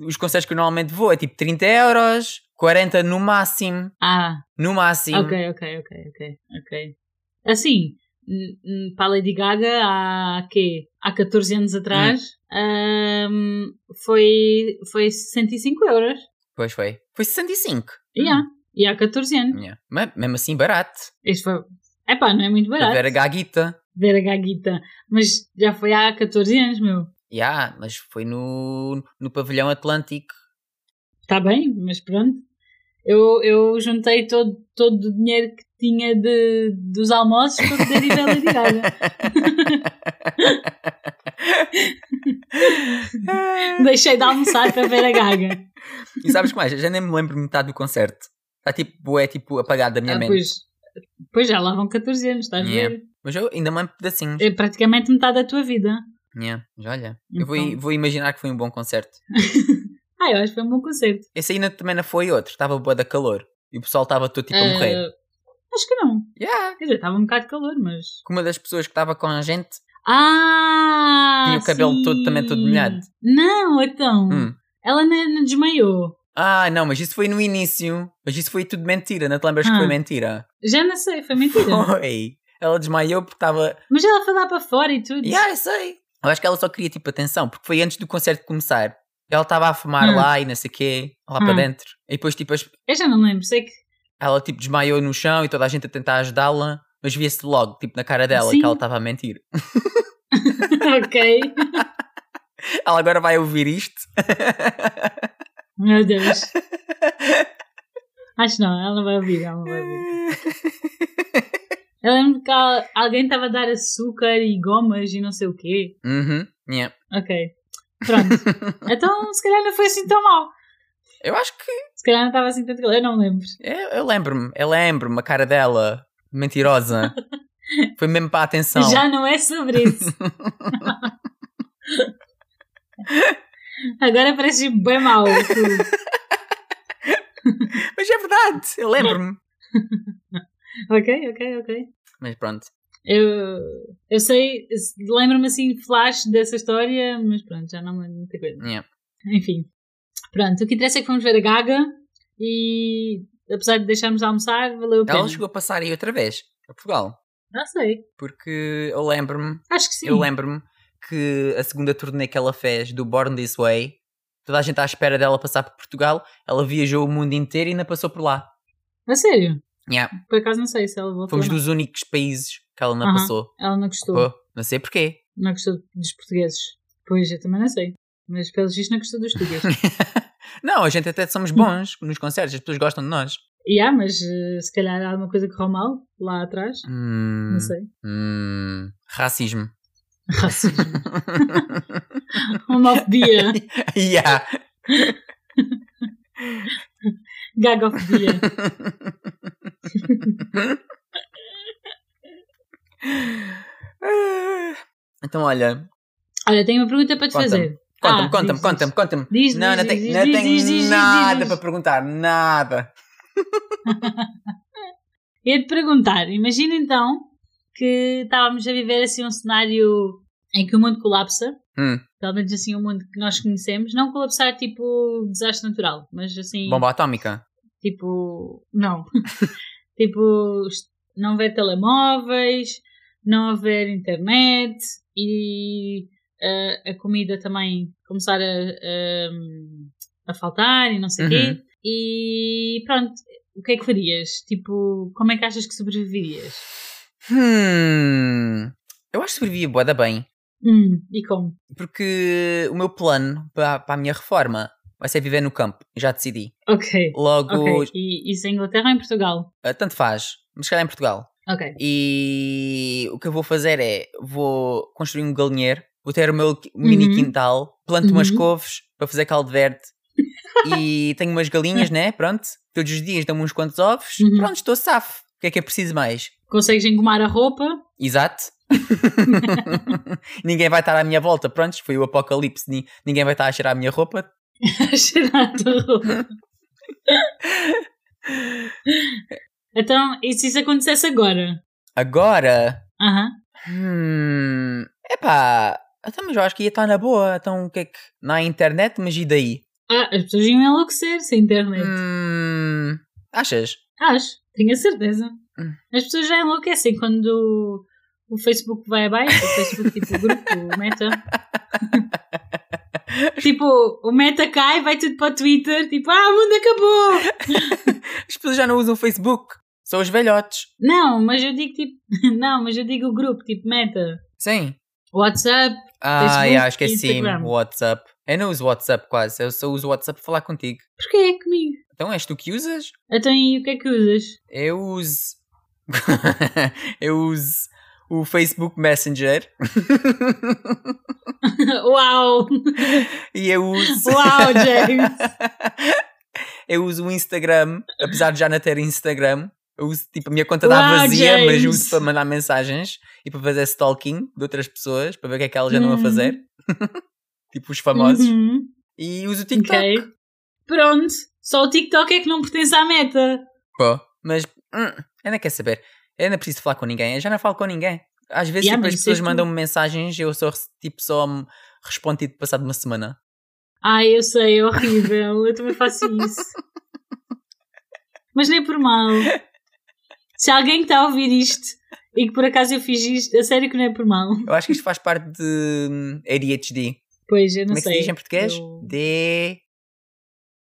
Speaker 1: Os concertos que eu normalmente vou é tipo 30 euros, 40 no máximo.
Speaker 2: ah,
Speaker 1: No máximo.
Speaker 2: ok, ok, ok, ok, ok. Assim, n- n- para a Lady Gaga há quê? Há 14 anos atrás ahm, foi, foi 65 euros.
Speaker 1: Pois foi. Foi 65.
Speaker 2: Yeah. E há 14 anos.
Speaker 1: Yeah. Mas mesmo assim, barato.
Speaker 2: Este foi. Epá, não é muito
Speaker 1: Para
Speaker 2: barato.
Speaker 1: ver a gaguita.
Speaker 2: ver a gaguita. Mas já foi há 14 anos, meu.
Speaker 1: Yeah, mas foi no, no pavilhão Atlântico.
Speaker 2: Está Tá bem, mas pronto. Eu, eu juntei todo, todo o dinheiro que tinha de, dos almoços para poder ir ver a Lady Gaga. Deixei de almoçar para ver a Gaga.
Speaker 1: e sabes que mais? Eu Já nem me lembro metade do concerto. Está tipo, é tipo apagado da minha
Speaker 2: Ah,
Speaker 1: mente.
Speaker 2: pois, pois já lá vão 14 anos, estás a
Speaker 1: Yeah.
Speaker 2: ver?
Speaker 1: Mas eu ainda me lembro de pedacinhos.
Speaker 2: É praticamente metade da tua vida.
Speaker 1: Yeah, Mas olha, eu vou,
Speaker 2: Então.
Speaker 1: vou imaginar que foi um bom concerto.
Speaker 2: Ah, eu acho que foi um bom concerto.
Speaker 1: Esse ainda também não foi outro. Estava boa da calor. E o pessoal estava todo tipo a morrer.
Speaker 2: Ah, acho que não.
Speaker 1: Yeah.
Speaker 2: Quer dizer, estava um bocado de calor, mas.
Speaker 1: Que uma das pessoas que estava com a gente
Speaker 2: Ah!
Speaker 1: Tinha o cabelo
Speaker 2: sim.
Speaker 1: todo- também todo molhado.
Speaker 2: Não, então.
Speaker 1: Hum.
Speaker 2: Ela não, não desmaiou.
Speaker 1: Ah, não, mas isso foi no início. Mas isso foi tudo mentira. Não te lembras
Speaker 2: Ah.
Speaker 1: que foi mentira?
Speaker 2: Já não sei, foi mentira.
Speaker 1: Foi. Ela desmaiou porque estava.
Speaker 2: Mas ela foi lá para fora e tudo.
Speaker 1: Yeah, eu sei. Eu acho que ela só queria tipo atenção, porque foi antes do concerto começar. Ela estava a fumar
Speaker 2: Hum.
Speaker 1: lá e não sei o quê, lá para
Speaker 2: Hum.
Speaker 1: dentro. E depois tipo, as-
Speaker 2: Eu já não lembro, sei que.
Speaker 1: ela tipo desmaiou no chão e toda a gente a tentar ajudá-la, mas via-se logo, tipo na cara dela,
Speaker 2: Sim.
Speaker 1: que ela estava a mentir.
Speaker 2: ok.
Speaker 1: Ela agora vai ouvir isto.
Speaker 2: Meu Deus. Acho não, ela não vai ouvir, ela não vai ouvir. Eu lembro que al- alguém estava a dar açúcar e gomas e não sei o quê.
Speaker 1: uhum. yeah.
Speaker 2: Ok. Pronto. Então, se calhar não foi assim tão mal.
Speaker 1: Eu acho que é,
Speaker 2: Se calhar não estava assim tanto calor, eu não me lembro.
Speaker 1: Eu, eu lembro-me, eu lembro-me a cara dela, mentirosa. Foi mesmo para a atenção.
Speaker 2: Já não é sobre isso. Agora parece bem mal. tudo.
Speaker 1: Mas é verdade, eu lembro-me.
Speaker 2: ok, ok, ok.
Speaker 1: Mas pronto,
Speaker 2: Eu, eu sei, lembro-me assim flash dessa história, mas pronto, já não me lembro muita coisa.
Speaker 1: yeah.
Speaker 2: Enfim, pronto, o que interessa é que fomos ver a Gaga e apesar de deixarmos de almoçar, valeu a pena.
Speaker 1: ela chegou a passar aí outra vez a Portugal.
Speaker 2: Não sei,
Speaker 1: Porque eu lembro-me
Speaker 2: acho que sim.
Speaker 1: Eu lembro-me que a segunda turnê que ela fez do Born This Way, toda a gente à espera dela passar por Portugal, ela viajou o mundo inteiro e ainda passou por lá.
Speaker 2: A sério?
Speaker 1: Yeah.
Speaker 2: Por acaso não sei se ela voltou.
Speaker 1: Fomos Oh.
Speaker 2: ou não.
Speaker 1: dos únicos países que ela não
Speaker 2: Aham.
Speaker 1: passou.
Speaker 2: Ela não gostou.
Speaker 1: Pô, não sei porquê.
Speaker 2: Não gostou dos portugueses. Pois, eu também não sei. Mas pelo visto não gostou dos portugueses.
Speaker 1: Não, a gente até somos bons nos concertos, as pessoas gostam de nós.
Speaker 2: e há, mas eh, se calhar há alguma coisa que correu mal lá atrás.
Speaker 1: Hum,
Speaker 2: Não sei.
Speaker 1: hum, racismo.
Speaker 2: Racismo. Homofobia.
Speaker 1: yeah.
Speaker 2: Gagofobia.
Speaker 1: Então, olha,
Speaker 2: Olha, tenho uma pergunta para te
Speaker 1: Conta-me.
Speaker 2: fazer.
Speaker 1: conta-me,
Speaker 2: Ah,
Speaker 1: conta-me,
Speaker 2: diz,
Speaker 1: conta-me, conta-me.
Speaker 2: Diz,
Speaker 1: Não, não
Speaker 2: diz, diz,
Speaker 1: tenho,
Speaker 2: diz,
Speaker 1: não
Speaker 2: diz,
Speaker 1: tenho
Speaker 2: diz, diz, diz,
Speaker 1: nada
Speaker 2: diz.
Speaker 1: para perguntar, nada.
Speaker 2: Ia te perguntar, imagina então que estávamos a viver assim um cenário em que o mundo colapsa,
Speaker 1: Hum.
Speaker 2: pelo menos assim o mundo que nós conhecemos, não colapsar tipo desastre natural, mas assim
Speaker 1: Bomba atómica.
Speaker 2: tipo não, tipo est- não haver telemóveis, não haver internet e ah, a comida também começar a, ehm, a, a faltar e não sei
Speaker 1: Uhum.
Speaker 2: o quê. E pronto, o que é que farias? Tipo, como é que achas que sobreviverias?
Speaker 1: Hum, eu acho que sobrevivia bué da bem.
Speaker 2: Hum, e como?
Speaker 1: Porque o meu plano para, para a minha reforma vai ser viver no campo. Já decidi.
Speaker 2: Ok.
Speaker 1: Logo,
Speaker 2: Ok. E isso em Inglaterra ou em Portugal?
Speaker 1: eh, tanto faz. Mas se calhar em Portugal.
Speaker 2: Ok.
Speaker 1: E o que eu vou fazer é, vou construir um galinheiro, vou ter o meu qui- um mini
Speaker 2: Uhum.
Speaker 1: quintal, planto umas
Speaker 2: Uhum.
Speaker 1: couves para fazer caldo verde. e tenho umas galinhas, né? Pronto. Todos os dias dão-me uns quantos ovos.
Speaker 2: Uhum.
Speaker 1: Pronto, estou safo. O que é que é preciso mais?
Speaker 2: Consegues engomar a roupa?
Speaker 1: Exato. ninguém vai estar à minha volta, pronto, foi o apocalipse, ni- ninguém vai estar a cheirar a minha roupa.
Speaker 2: Cheirar a roupa. então, e se isso acontecesse agora?
Speaker 1: Agora,
Speaker 2: Aham.
Speaker 1: hum, epá, então, mas eu acho que ia estar na boa, então o que é que, na internet, mas e daí?
Speaker 2: Ah, as pessoas iam enlouquecer sem internet.
Speaker 1: Hum, achas?
Speaker 2: Acho, tenho a certeza.
Speaker 1: Hum.
Speaker 2: As pessoas já enlouquecem quando o Facebook vai abaixo, o Facebook tipo o grupo, o Meta. tipo, o Meta cai, vai tudo para o Twitter, tipo, ah, o mundo acabou!
Speaker 1: As pessoas já não usam Facebook, são os velhotes.
Speaker 2: Não, mas eu digo tipo, não, mas eu digo o grupo, tipo Meta,
Speaker 1: Sim.
Speaker 2: WhatsApp,
Speaker 1: Ah,
Speaker 2: Facebook
Speaker 1: yeah,
Speaker 2: e
Speaker 1: esqueci
Speaker 2: Instagram.
Speaker 1: o WhatsApp. Eu não uso WhatsApp quase, eu só uso WhatsApp para falar contigo.
Speaker 2: porquê é comigo?
Speaker 1: Então és tu que usas?
Speaker 2: Então e o que é que usas?
Speaker 1: Eu uso. eu uso o Facebook Messenger
Speaker 2: Uau!
Speaker 1: e eu uso.
Speaker 2: Uau, James!
Speaker 1: eu uso o Instagram, apesar de já não ter Instagram. Eu uso tipo a minha conta dá
Speaker 2: Uau,
Speaker 1: vazia, mas
Speaker 2: James!
Speaker 1: uso para mandar mensagens e para fazer stalking de outras pessoas, para ver o que é que elas andam a
Speaker 2: Hum.
Speaker 1: fazer. tipo os famosos.
Speaker 2: Uhum,
Speaker 1: E uso o TikTok.
Speaker 2: ok. Pronto, só o TikTok é que não pertence à Meta.
Speaker 1: Pô, mas hum, eu não quero saber. Eu não preciso falar com ninguém. Eu já não falo com ninguém. Às vezes
Speaker 2: Yeah,
Speaker 1: tipo,
Speaker 2: mas
Speaker 1: as
Speaker 2: isso é
Speaker 1: pessoas
Speaker 2: és tu.
Speaker 1: mandam-me mensagens e eu só, rece- tipo, só me respondo tipo, passado uma semana.
Speaker 2: Ai, eu sei, é horrível. Eu também faço isso. Mas nem por mal. Se alguém que está a ouvir isto e que por acaso eu fiz isto, a sério que não é por mal.
Speaker 1: Eu acho que isto faz parte de hum, ADHD.
Speaker 2: Pois, eu não
Speaker 1: Como é que
Speaker 2: sei.
Speaker 1: se diz em português?
Speaker 2: Eu-
Speaker 1: D.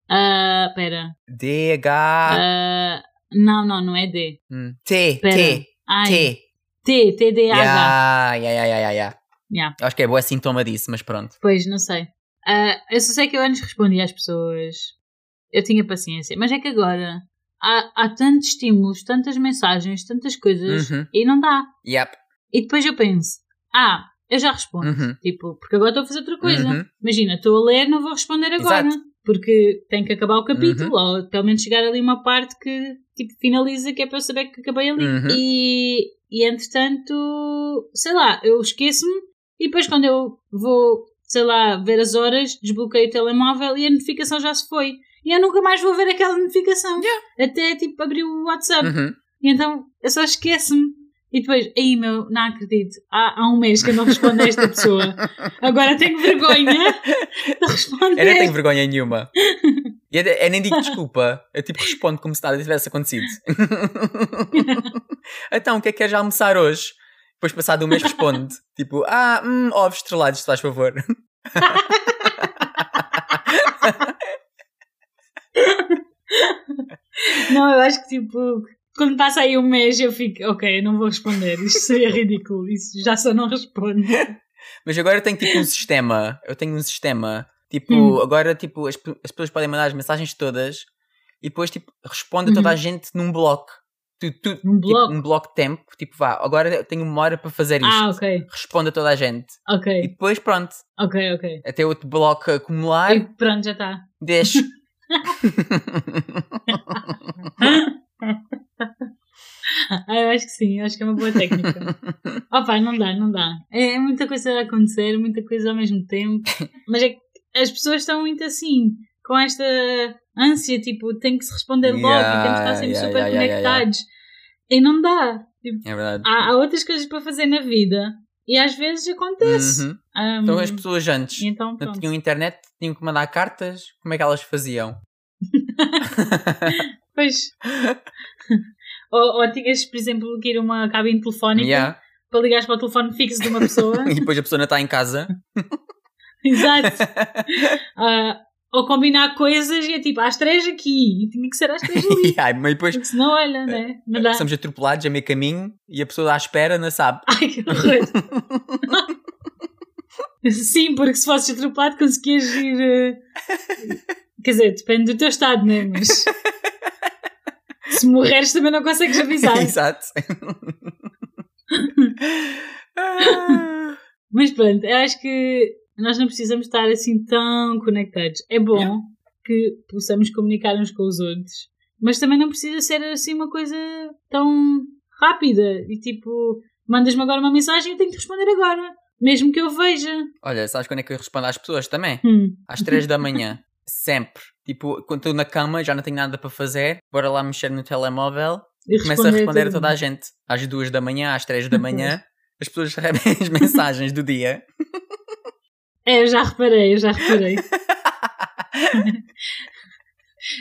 Speaker 2: Ah, pera.
Speaker 1: D. H.
Speaker 2: Ah, não, não, não é D.
Speaker 1: hum, T.
Speaker 2: Pera.
Speaker 1: T.
Speaker 2: Ai, T.
Speaker 1: T.
Speaker 2: T, TDAH.
Speaker 1: Ya, ya, ya, ya, ya, ya.
Speaker 2: Yeah.
Speaker 1: Acho que é boa sintoma disso, mas pronto.
Speaker 2: Pois, não sei. Ah, eu só sei que eu antes respondia às pessoas. Eu tinha paciência. Mas é que agora há, há tantos estímulos, tantas mensagens, tantas coisas
Speaker 1: Uhum.
Speaker 2: e não dá.
Speaker 1: Yep.
Speaker 2: E depois eu penso, ah, eu já respondo.
Speaker 1: Uhum.
Speaker 2: Tipo, porque agora estou a fazer outra coisa.
Speaker 1: Uhum.
Speaker 2: Imagina, estou a ler, não vou responder agora.
Speaker 1: Exato. Uhum.
Speaker 2: Porque tem que acabar o capítulo, ou pelo menos chegar ali uma parte que tipo, finaliza, que é para eu saber que acabei ali.
Speaker 1: Uhum.
Speaker 2: E, e entretanto, sei lá, eu esqueço-me e depois quando eu vou, sei lá, ver as horas, desbloqueio o telemóvel e a notificação já se foi. E eu nunca mais vou ver aquela notificação. Até tipo abrir o WhatsApp.
Speaker 1: Uhum.
Speaker 2: E então eu só esqueço-me. E depois, aí meu, não acredito, há, há um mês que eu não respondo a esta pessoa. Agora tenho vergonha de
Speaker 1: Eu nem
Speaker 2: responder.
Speaker 1: tenho vergonha nenhuma. E eu, eu nem digo desculpa. Eu tipo respondo como se nada tivesse acontecido. então, o que é que queres almoçar hoje? Depois, passado um mês, responde. Tipo, ah, hum, ovos estrelados, se faz favor.
Speaker 2: Não, eu acho que tipo, quando passa aí um mês eu fico, ok, eu não vou responder. Isto seria ridículo, isso já só não respondo.
Speaker 1: Mas agora eu tenho tipo um sistema. Eu tenho um sistema. Tipo,
Speaker 2: Hum.
Speaker 1: agora tipo, as, pe- as pessoas podem mandar as mensagens todas e depois tipo, responde a toda a gente num bloco. Tu, tu,
Speaker 2: Uhum. Num
Speaker 1: tipo,
Speaker 2: bloco.
Speaker 1: um bloco de tempo. Tipo, vá, agora eu tenho uma hora para fazer isto.
Speaker 2: Ah, ok,
Speaker 1: Responde a toda a gente. E
Speaker 2: ok,
Speaker 1: depois, pronto,
Speaker 2: ok, ok.
Speaker 1: até outro bloco acumular,
Speaker 2: E pronto, já tá. está.
Speaker 1: deixo.
Speaker 2: Ah, eu acho que sim, eu acho que é uma boa técnica. Opa, não dá, não dá. É, é muita coisa a acontecer, muita coisa ao mesmo tempo. Mas é que as pessoas estão muito assim, com esta ânsia, tipo, tem que se responder logo,
Speaker 1: Yeah,
Speaker 2: temos que estar sempre
Speaker 1: yeah,
Speaker 2: super
Speaker 1: yeah, yeah,
Speaker 2: conectados. E não dá. Tipo,
Speaker 1: É verdade.
Speaker 2: há, há outras coisas para fazer na vida e às vezes acontece.
Speaker 1: Uhum.
Speaker 2: Ahm,
Speaker 1: Então as pessoas antes
Speaker 2: e então
Speaker 1: não
Speaker 2: pronto.
Speaker 1: tinham internet, tinham que mandar cartas. Como é que elas faziam?
Speaker 2: Pois. ou, ou tinhas, por exemplo, que ir a uma cabine telefónica
Speaker 1: Yeah.
Speaker 2: para ligares para o telefone fixo de uma pessoa.
Speaker 1: E depois a pessoa não está em casa.
Speaker 2: Exato. Ah, ou combinar coisas e é tipo às três aqui e tinha que ser às três ali.
Speaker 1: E, ai, mas depois
Speaker 2: Porque senão, olha, né? Não dá.
Speaker 1: somos atropelados a meio caminho e a pessoa à espera não sabe.
Speaker 2: Ai, que horror. Sim, porque se fosses atropelado conseguias ir. eh, Quer dizer, depende do teu estado, né? Mas. Se morreres também não consegues avisar.
Speaker 1: Exato. Ah,
Speaker 2: Mas pronto, eu acho que nós não precisamos estar assim tão conectados. É bom
Speaker 1: Yeah.
Speaker 2: que possamos comunicar uns com os outros, mas também não precisa ser assim uma coisa tão rápida e tipo, mandas-me agora uma mensagem e eu tenho que responder agora, mesmo que eu veja.
Speaker 1: Olha, sabes quando é que eu respondo às pessoas também?
Speaker 2: Hum.
Speaker 1: Às três da manhã. Sempre. Tipo, quando estou na cama, já não tenho nada para fazer, bora lá mexer no telemóvel
Speaker 2: E
Speaker 1: Começa a responder a
Speaker 2: tudo.
Speaker 1: toda a gente. Às duas da manhã, às três da manhã, as pessoas recebem as mensagens do dia.
Speaker 2: É, eu já reparei, eu já reparei.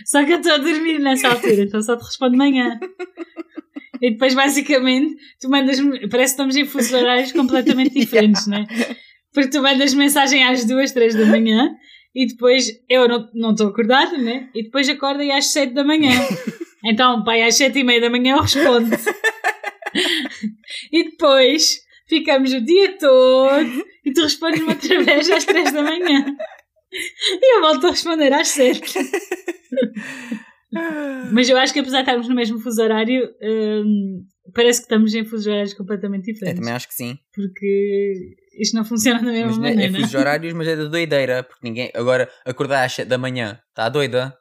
Speaker 2: só que eu estou a dormir nessa altura, então só te respondo de manhã. E depois, basicamente, tu mandas-me. Parece que estamos em fusos horários completamente diferentes, né? Porque tu mandas mensagem às duas, três da manhã e depois eu não não estou acordada, né? E depois acorda e às sete da manhã. Então, pai, às sete e meia da manhã eu respondo. E depois ficamos o dia todo e tu respondes-me outra vez às três da manhã. E eu volto a responder às sete. Mas eu acho que apesar de estarmos no mesmo fuso horário, hum, parece que estamos em fusos horários completamente
Speaker 1: Eu
Speaker 2: diferentes.
Speaker 1: É, também acho que sim.
Speaker 2: Porque isto não funciona da mesma
Speaker 1: Mas não é
Speaker 2: maneira.
Speaker 1: fusos horários, mas é da doideira. Porque ninguém. Agora, acordar às 7 da manhã, está doida?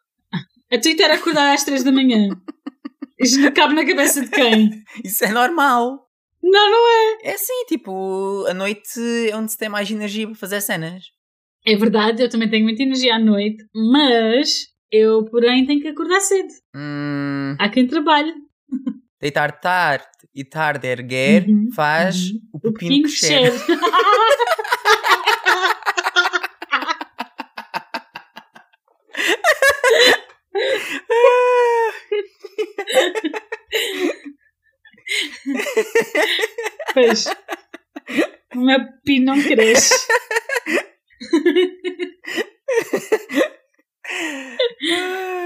Speaker 2: A Twitter acordar às três da manhã. Isto não cabe na cabeça de quem?
Speaker 1: Isso é normal.
Speaker 2: Não, não é.
Speaker 1: É assim, tipo, a noite é onde se tem mais energia para fazer cenas.
Speaker 2: É verdade, eu também tenho muita energia à noite, mas eu, porém, tenho que acordar cedo.
Speaker 1: Hum,
Speaker 2: Há quem trabalhe.
Speaker 1: deitar tarde e tarde é erguer
Speaker 2: Uhum,
Speaker 1: faz
Speaker 2: uhum.
Speaker 1: o pepino crescer.
Speaker 2: pois. O meu pepino não cresce.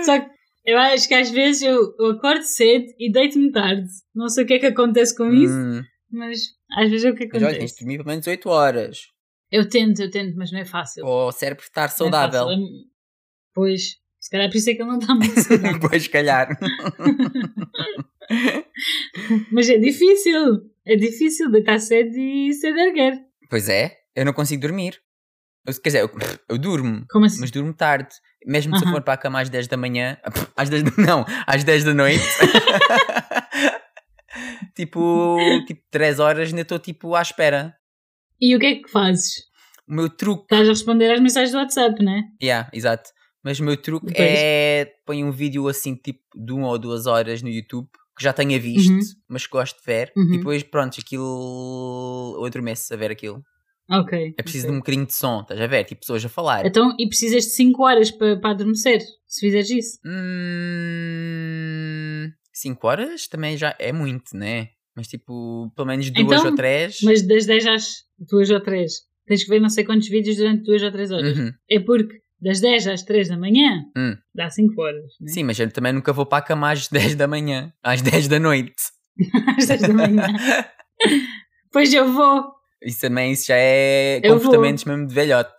Speaker 2: Só que eu acho que às vezes eu, eu acordo cedo e deito-me tarde. Não sei o que é que acontece com isso,
Speaker 1: Hum,
Speaker 2: mas às vezes é o que
Speaker 1: mas olha, tens
Speaker 2: acontece.
Speaker 1: de dormir pelo menos 8 horas.
Speaker 2: Eu tento, eu tento, mas não é fácil.
Speaker 1: Para o cérebro estar
Speaker 2: Não é
Speaker 1: saudável.
Speaker 2: fácil. É- Pois, se calhar por isso é que ele não está muito saudável.
Speaker 1: Pois, se calhar.
Speaker 2: mas é difícil. É difícil deitar cedo e cedo erguer.
Speaker 1: Pois é, eu não consigo dormir. Eu, quer dizer, eu, eu durmo,
Speaker 2: Como assim?
Speaker 1: mas durmo tarde. Mesmo se eu
Speaker 2: Aham.
Speaker 1: for para a cama às 10 da manhã, ah, às 10 da, não, às 10 da noite. tipo, tipo, 3 horas ainda estou tipo à espera.
Speaker 2: E o que é que fazes?
Speaker 1: O meu truque,
Speaker 2: Estás a responder às mensagens do WhatsApp, não é?
Speaker 1: yeah, exato. Mas o meu truque
Speaker 2: Pois.
Speaker 1: é põe um vídeo assim tipo de uma ou duas horas no YouTube que já tenha visto,
Speaker 2: Uhum.
Speaker 1: mas que gosto de ver.
Speaker 2: Uhum.
Speaker 1: E depois pronto, aquilo eu adormeço a ver aquilo.
Speaker 2: Ok.
Speaker 1: É preciso
Speaker 2: ok.
Speaker 1: de um bocadinho de som, estás a ver? Tipo pessoas a falar.
Speaker 2: Então, e precisas de 5 horas para, para adormecer, se fizeres isso.
Speaker 1: Hum, cinco horas também já é muito, né? Mas tipo, pelo menos duas
Speaker 2: Então,
Speaker 1: ou três.
Speaker 2: Mas das 10 às 2 ou 3, tens que ver não sei quantos vídeos durante 2 ou 3 horas.
Speaker 1: Uhum.
Speaker 2: É porque das 10 às 3 da manhã
Speaker 1: Hum.
Speaker 2: dá 5 horas. Né?
Speaker 1: Sim, mas eu também nunca vou para a cama às 10 da manhã, às 10 da noite.
Speaker 2: Às 10 da manhã. pois eu vou.
Speaker 1: Isso também isso já é
Speaker 2: Eu
Speaker 1: comportamentos mesmo de velhote.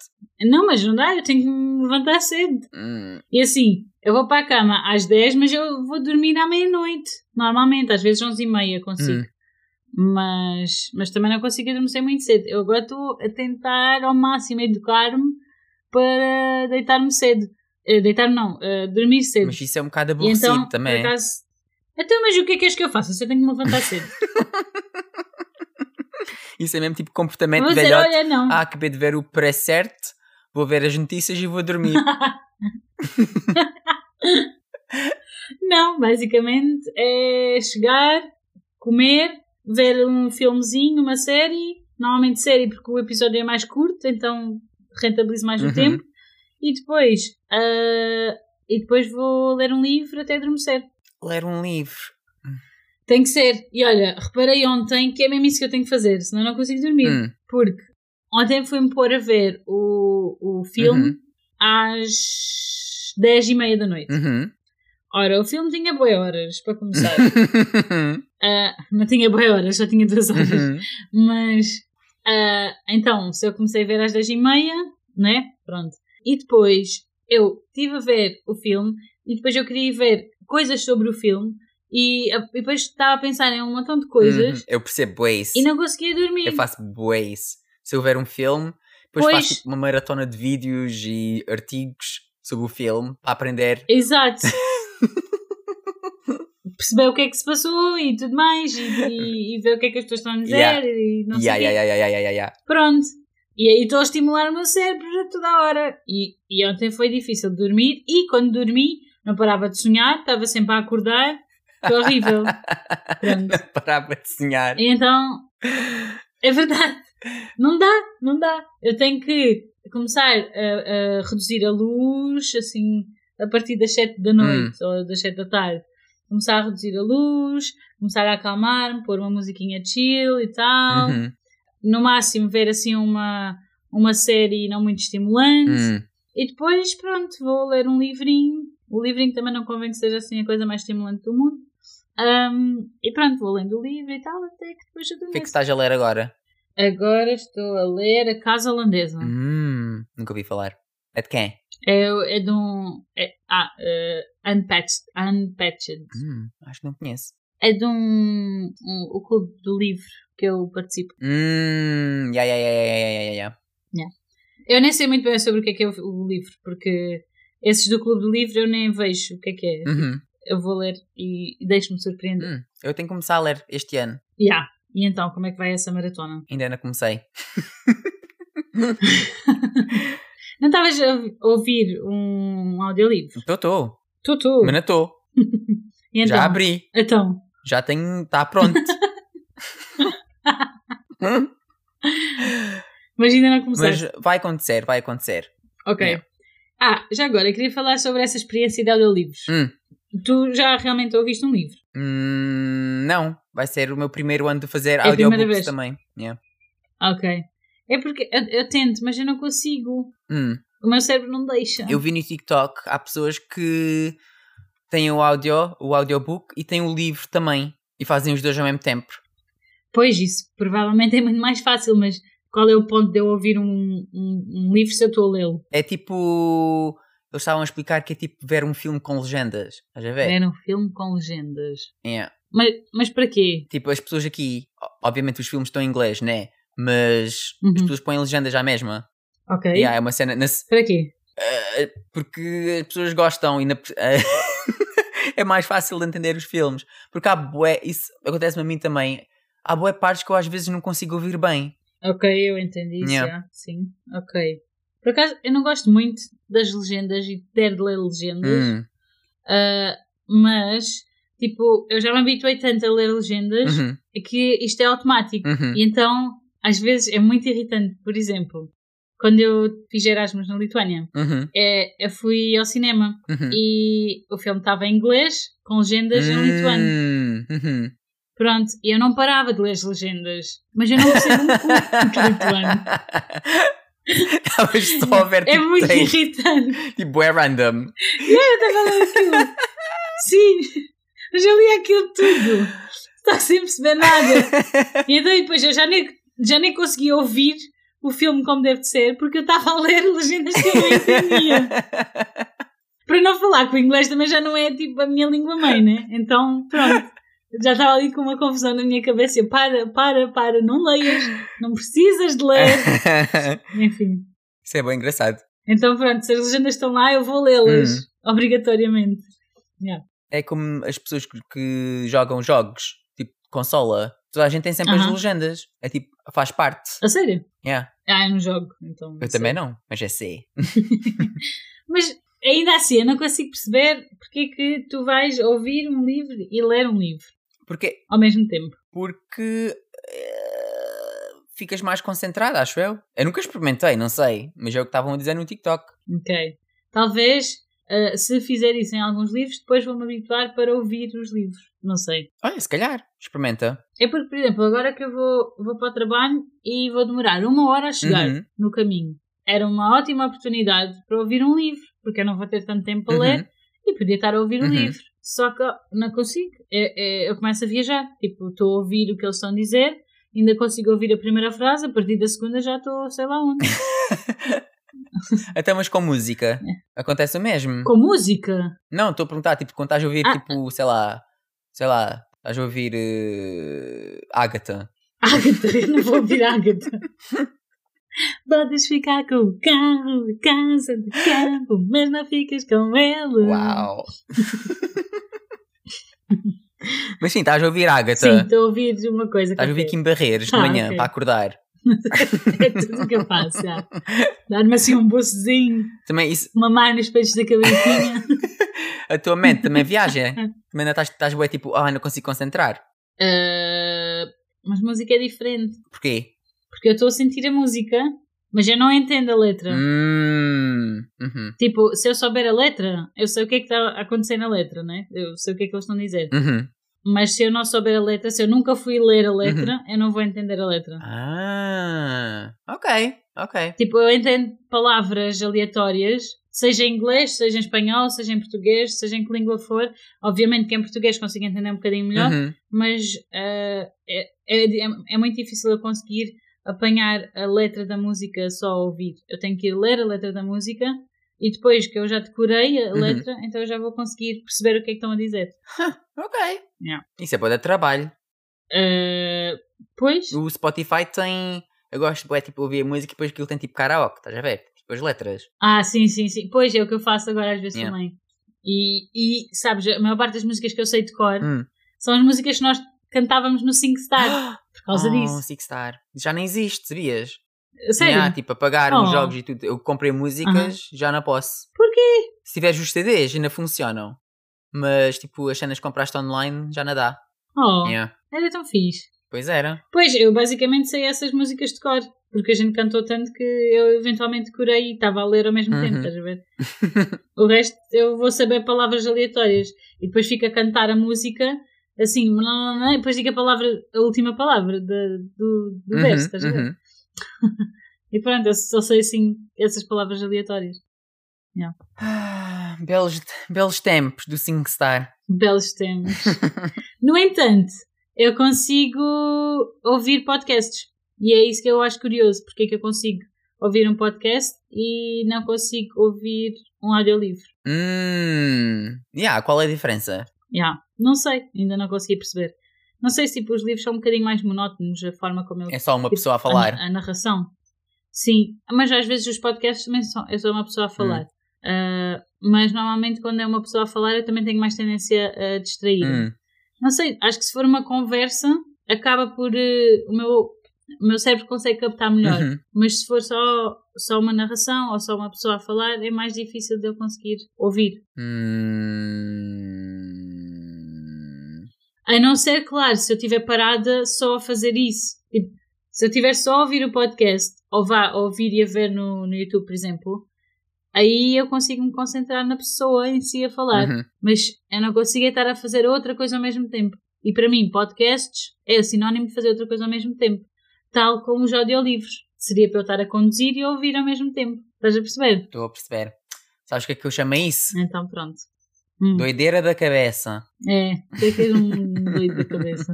Speaker 2: Não, mas não dá, eu tenho que me levantar cedo.
Speaker 1: Hum,
Speaker 2: E assim, eu vou para a cama às 10, mas eu vou dormir à meia-noite. Normalmente, às vezes 11 e meia consigo.
Speaker 1: Hum.
Speaker 2: Mas, mas também não consigo adormecer muito cedo. Eu agora estou a tentar ao máximo educar-me para deitar-me cedo. Eh, Deitar-me não, eh, dormir cedo.
Speaker 1: mas isso é um bocado
Speaker 2: E
Speaker 1: aborrecido
Speaker 2: então,
Speaker 1: também. é?
Speaker 2: por acaso... Então, mas o que é que és que eu faço? Eu só tenho que me levantar cedo.
Speaker 1: Isso é mesmo tipo comportamento
Speaker 2: Vou
Speaker 1: de
Speaker 2: dizer,
Speaker 1: velhote.
Speaker 2: olha, não.
Speaker 1: Ah, acabei de ver o pré-certo, vou ver as notícias e vou dormir.
Speaker 2: Não, basicamente é chegar, comer, ver um filmezinho, uma série, normalmente série porque o episódio é mais curto, então rentabilizo mais
Speaker 1: Uhum.
Speaker 2: o tempo e depois ah, e depois vou ler um livro até adormecer.
Speaker 1: Ler um livro.
Speaker 2: Tem que ser. E olha, reparei ontem que é mesmo isso que eu tenho que fazer, senão não consigo dormir.
Speaker 1: Hum,
Speaker 2: Porque ontem fui-me pôr a ver o, o filme
Speaker 1: Uhum.
Speaker 2: às 10 e meia da noite.
Speaker 1: uhum.
Speaker 2: Ora, o filme tinha boas horas para começar. Ah, não tinha boas horas, só tinha duas horas.
Speaker 1: Uhum.
Speaker 2: Mas ah, então, se eu comecei a ver às 10 e meia, né? Pronto. E depois eu estive a ver o filme e depois eu queria ver coisas sobre o filme e, ah, e depois estava a pensar em um montão de coisas
Speaker 1: Uhum. Eu percebo bué isso.
Speaker 2: e não conseguia dormir.
Speaker 1: Eu faço bué isso. Se houver um filme, depois
Speaker 2: Pois.
Speaker 1: faço tipo, uma maratona de vídeos e artigos sobre o filme para aprender.
Speaker 2: Exato. Perceber o que é que se passou e tudo mais, e, e- e ver o que é que as pessoas estão a dizer
Speaker 1: Yeah.
Speaker 2: e não sei o
Speaker 1: Ya,
Speaker 2: quê.
Speaker 1: ya, ya, ya, ya, ya, ya.
Speaker 2: Pronto. E aí estou a estimular o meu cérebro a toda a hora. E, e ontem foi difícil de dormir e quando dormi não parava de sonhar, estava sempre a acordar. Foi horrível. Pronto.
Speaker 1: Não parava de sonhar.
Speaker 2: E então, é verdade. Não dá, não dá. Eu tenho que começar a, a reduzir a luz, assim, a partir das 7 da noite ou das 7 da tarde. Começar a reduzir a luz, começar a acalmar-me, pôr uma musiquinha chill e tal
Speaker 1: Uhum.
Speaker 2: no máximo ver assim uma, uma série não muito estimulante
Speaker 1: Hum.
Speaker 2: e depois pronto, vou ler um livrinho o livrinho também não convém que seja assim a coisa mais estimulante do mundo Ahm, e pronto, vou lendo o livro e tal até que depois eu
Speaker 1: O que é que
Speaker 2: dormeço
Speaker 1: estás a ler agora?
Speaker 2: agora estou a ler A Casa Holandesa
Speaker 1: Hum, nunca ouvi falar. É de quem?
Speaker 2: é, é de um é, ah, eh, Unpatched Unpatched
Speaker 1: Hum, acho que não conheço.
Speaker 2: é de um, um- o clube do livro que eu participo
Speaker 1: Hum, ya, ya, ya, ya, ya, ya, ya, ya.
Speaker 2: eu nem sei muito bem sobre o que é que é o, o livro porque esses do clube do livro eu nem vejo o que é que é
Speaker 1: Uhum.
Speaker 2: eu vou ler e deixo-me surpreender.
Speaker 1: Hum, Eu tenho que começar a ler este ano.
Speaker 2: Yeah. E então, como é que vai essa maratona?
Speaker 1: Ainda não comecei.
Speaker 2: Não estavas a ouvi- ouvir um audiolivro?
Speaker 1: Estou, estou.
Speaker 2: Tu, tu.
Speaker 1: Mas não estou.
Speaker 2: E então?
Speaker 1: Já abri.
Speaker 2: Então,
Speaker 1: Já tenho. Está pronto.
Speaker 2: mas ainda não começaste.
Speaker 1: Mas vai acontecer, vai acontecer.
Speaker 2: Ok.
Speaker 1: Yeah.
Speaker 2: Ah, já agora, eu queria falar sobre essa experiência de audiolivros.
Speaker 1: Hum.
Speaker 2: Tu já realmente ouviste um livro?
Speaker 1: Hum, não, vai ser o meu primeiro ano de fazer
Speaker 2: É a primeira
Speaker 1: audiobooks
Speaker 2: vez.
Speaker 1: também. Yeah.
Speaker 2: Ok. É porque eu, eu tento, mas eu não consigo.
Speaker 1: Hum,
Speaker 2: O meu cérebro não deixa.
Speaker 1: Eu vi no TikTok, há pessoas que têm o audio, o audiobook e têm o livro também. E fazem os dois ao mesmo tempo.
Speaker 2: Pois, isso provavelmente é muito mais fácil, mas qual é o ponto de eu ouvir um, um, um livro se eu estou a lê-lo?
Speaker 1: É tipo. Eles estavam a explicar que é tipo ver um filme com legendas. Estás a ver?
Speaker 2: Era um filme com legendas.
Speaker 1: Yeah.
Speaker 2: Mas, mas para quê?
Speaker 1: Tipo, as pessoas aqui. o- Obviamente os filmes estão em inglês, né? Mas
Speaker 2: Uhum.
Speaker 1: as pessoas põem legendas à mesma.
Speaker 2: Ok.
Speaker 1: Yeah, é uma cena. nesse-
Speaker 2: Para quê?
Speaker 1: eh, porque as pessoas gostam e na- eh, é mais fácil de entender os filmes. Porque há bué. Isso acontece-me a mim também. Há bué partes que eu às vezes não consigo ouvir bem.
Speaker 2: Ok, eu entendi isso.
Speaker 1: Yeah.
Speaker 2: já, Sim, ok. Por acaso, eu não gosto muito das legendas e ter de ler legendas.
Speaker 1: Hum,
Speaker 2: Ah, mas, tipo, eu já me habituei tanto a ler legendas
Speaker 1: uhum,
Speaker 2: que isto é automático.
Speaker 1: uhum.
Speaker 2: E então, às vezes, é muito irritante. Por exemplo, quando eu fiz Erasmus na Lituânia,
Speaker 1: Uhum,
Speaker 2: é, eu fui ao cinema
Speaker 1: uhum.
Speaker 2: e o filme estava em inglês, com legendas em lituano.
Speaker 1: Hum, uhum.
Speaker 2: Pronto, e eu não parava de ler as legendas. Mas eu não percebo um pouco de lituano.
Speaker 1: Estavas só a ver
Speaker 2: É
Speaker 1: tipo,
Speaker 2: muito
Speaker 1: texto,
Speaker 2: irritante.
Speaker 1: tipo, é random.
Speaker 2: estava a ler aquilo. Sim, mas eu li aquilo tudo. Está sem perceber nada. E então depois eu já nem, já nem conseguia ouvir o filme como deve de ser, porque eu estava a ler legendas que eu não entendia. Para não falar que o inglês também já não é tipo a minha língua mãe, né? Então, pronto. Já estava ali com uma confusão na minha cabeça. Eu, para, para, para, não leias, não precisas de ler. Enfim.
Speaker 1: Isso é bem engraçado.
Speaker 2: Então, pronto, se as legendas estão lá, eu vou lê-las, obrigatoriamente.
Speaker 1: É como as pessoas que, que jogam jogos, tipo consola. Toda a gente tem sempre as
Speaker 2: Aham.
Speaker 1: legendas. É tipo, faz parte.
Speaker 2: A sério?
Speaker 1: Yeah.
Speaker 2: Ah, eu não jogo, então. não
Speaker 1: Eu
Speaker 2: sei.
Speaker 1: também não, mas é sei.
Speaker 2: Mas ainda assim, eu não consigo perceber porque é que tu vais ouvir um livro e ler um livro
Speaker 1: Porque,
Speaker 2: ao mesmo tempo.
Speaker 1: porque eh, ficas mais concentrada, acho eu. Eu nunca experimentei, não sei. Mas é o que estavam a dizer no TikTok.
Speaker 2: Ok. Talvez, ah, se fizer isso em alguns livros, depois vou-me habituar para ouvir os livros. Não sei.
Speaker 1: Olha, se calhar, experimenta.
Speaker 2: É porque, por exemplo, agora que eu vou, vou para o trabalho e vou demorar uma hora a chegar
Speaker 1: Uhum.
Speaker 2: no caminho, era uma ótima oportunidade para ouvir um livro, porque eu não vou ter tanto tempo para
Speaker 1: Uhum.
Speaker 2: ler e podia estar a ouvir o
Speaker 1: Uhum.
Speaker 2: livro. Só que não consigo. É- é- eu começo a viajar. Tipo, estou a ouvir o que eles estão a dizer, ainda consigo ouvir a primeira frase, a partir da segunda já estou sei lá onde.
Speaker 1: Até mas com música. Acontece o mesmo.
Speaker 2: É. Com música?
Speaker 1: Não, estou a perguntar, tipo, quando estás a ouvir,
Speaker 2: Ah.
Speaker 1: tipo, sei lá, sei lá, estás a ouvir eh, Agatha.
Speaker 2: Ágata, eu não vou ouvir Ágata. Podes ficar com o carro, a casa de campo, mas não ficas com ela.
Speaker 1: Uau! Mas sim, estás a ouvir Agatha.
Speaker 2: Sim, estou a ouvir uma coisa.
Speaker 1: Estás Tá. a ouvir
Speaker 2: qualquer.
Speaker 1: Kim Barreiros de
Speaker 2: Ah,
Speaker 1: manhã
Speaker 2: ok.
Speaker 1: para acordar.
Speaker 2: É tudo o que eu faço, já. Dar-me assim um bolsozinho,
Speaker 1: Também isso,
Speaker 2: mamar nos peixes da cabecinha.
Speaker 1: a tua mente também viaja.
Speaker 2: Hum.
Speaker 1: também ainda estás, estás bué tipo, ah, não consigo concentrar.
Speaker 2: Ah, mas música é diferente.
Speaker 1: Porquê?
Speaker 2: Porque eu estou a sentir a música, mas eu não entendo a letra.
Speaker 1: Hum, uhum,
Speaker 2: Tipo, se eu souber a letra, eu sei o que é que está a acontecer na letra, né? Eu sei o que é que eles estão a dizer.
Speaker 1: uhum.
Speaker 2: Mas se eu não souber a letra, se eu nunca fui ler a letra,
Speaker 1: Uhum.
Speaker 2: eu não vou entender a letra.
Speaker 1: Ah, ok, ok.
Speaker 2: Tipo, eu entendo palavras aleatórias, seja em inglês, seja em espanhol, seja em português, seja em que língua for. Obviamente que em português consigo entender um bocadinho melhor,
Speaker 1: Uhum,
Speaker 2: mas ah, é, é- é- é muito difícil eu conseguir apanhar a letra da música só a ouvir. Eu tenho que ir ler a letra da música e depois que eu já decorei a
Speaker 1: Uhum.
Speaker 2: letra, então eu já vou conseguir perceber o que é que estão a dizer.
Speaker 1: ok.
Speaker 2: Yeah.
Speaker 1: Isso é para dar trabalho.
Speaker 2: Ah, pois,
Speaker 1: O Spotify tem. Eu gosto é tipo ouvir a música e depois aquilo tem tipo karaoke, estás a ver? Tipo as letras.
Speaker 2: ah, sim, sim, sim. Pois é o que eu faço agora às vezes
Speaker 1: Yeah.
Speaker 2: também. E, e sabes, a maior parte das músicas que eu sei de cor
Speaker 1: Hum.
Speaker 2: são as músicas que nós cantávamos no SingStar por causa
Speaker 1: oh,
Speaker 2: disso.
Speaker 1: Six Star. Já nem existe, sabias?
Speaker 2: Sério?
Speaker 1: Yeah, tipo, apagaram os
Speaker 2: Oh.
Speaker 1: jogos e tudo. Eu comprei músicas, já não posso.
Speaker 2: Porquê?
Speaker 1: Se tiveres os CDs, ainda funcionam. Mas tipo, as cenas que compraste online já não dá.
Speaker 2: Oh,
Speaker 1: Yeah.
Speaker 2: era tão fixe.
Speaker 1: Pois era.
Speaker 2: Pois, eu basicamente sei essas músicas de cor, porque a gente cantou tanto que eu eventualmente curei e estava a ler ao mesmo
Speaker 1: Uhum.
Speaker 2: tempo, estás a ver? o resto eu vou saber palavras aleatórias e depois fico a cantar a música assim, não, não, não, e depois digo a palavra, a última palavra da- do, do verso, estás a ver?
Speaker 1: uhum.
Speaker 2: E pronto, eu só sei assim essas palavras aleatórias.
Speaker 1: Ah, belos, belos tempos do Sing Star.
Speaker 2: Belos temas. no entanto, eu consigo ouvir podcasts. E é isso que eu acho curioso, porque é que eu consigo ouvir um podcast e não consigo ouvir um audiolivro.
Speaker 1: Hum. Yeah, qual é a diferença?
Speaker 2: Yeah. Não sei, ainda não consegui perceber. Não sei se tipo, os livros são um bocadinho mais monótonos, a forma como ele
Speaker 1: É só uma pessoa a É falar.
Speaker 2: A, narração. Sim, mas às vezes os podcasts também são. Eu sou uma pessoa a falar. Ah, mas normalmente quando é uma pessoa a falar eu também tenho mais tendência a distrair.
Speaker 1: Hum,
Speaker 2: Não sei, acho que se for uma conversa acaba por. eh, o, meu, o meu cérebro consegue captar melhor.
Speaker 1: uhum.
Speaker 2: Mas se for só, só uma narração ou só uma pessoa a falar é mais difícil de eu conseguir ouvir.
Speaker 1: Hum.
Speaker 2: A não ser, claro, se eu estiver parada só a fazer isso. Tipo, se eu estiver só a ouvir o podcast, ou vá a ouvir e a ver no, no YouTube, por exemplo, aí eu consigo me concentrar na pessoa em si a falar.
Speaker 1: Uhum.
Speaker 2: Mas eu não consigo é estar a fazer outra coisa ao mesmo tempo. E para mim, podcasts é sinónimo de fazer outra coisa ao mesmo tempo. Tal como os audiolivros. Seria para eu estar a conduzir e a ouvir ao mesmo tempo. Estás a perceber?
Speaker 1: Estou a perceber. Sabes o que é que eu chamei isso?
Speaker 2: Então pronto. Hum.
Speaker 1: Doideira da cabeça.
Speaker 2: É, tem que ter um doido da cabeça.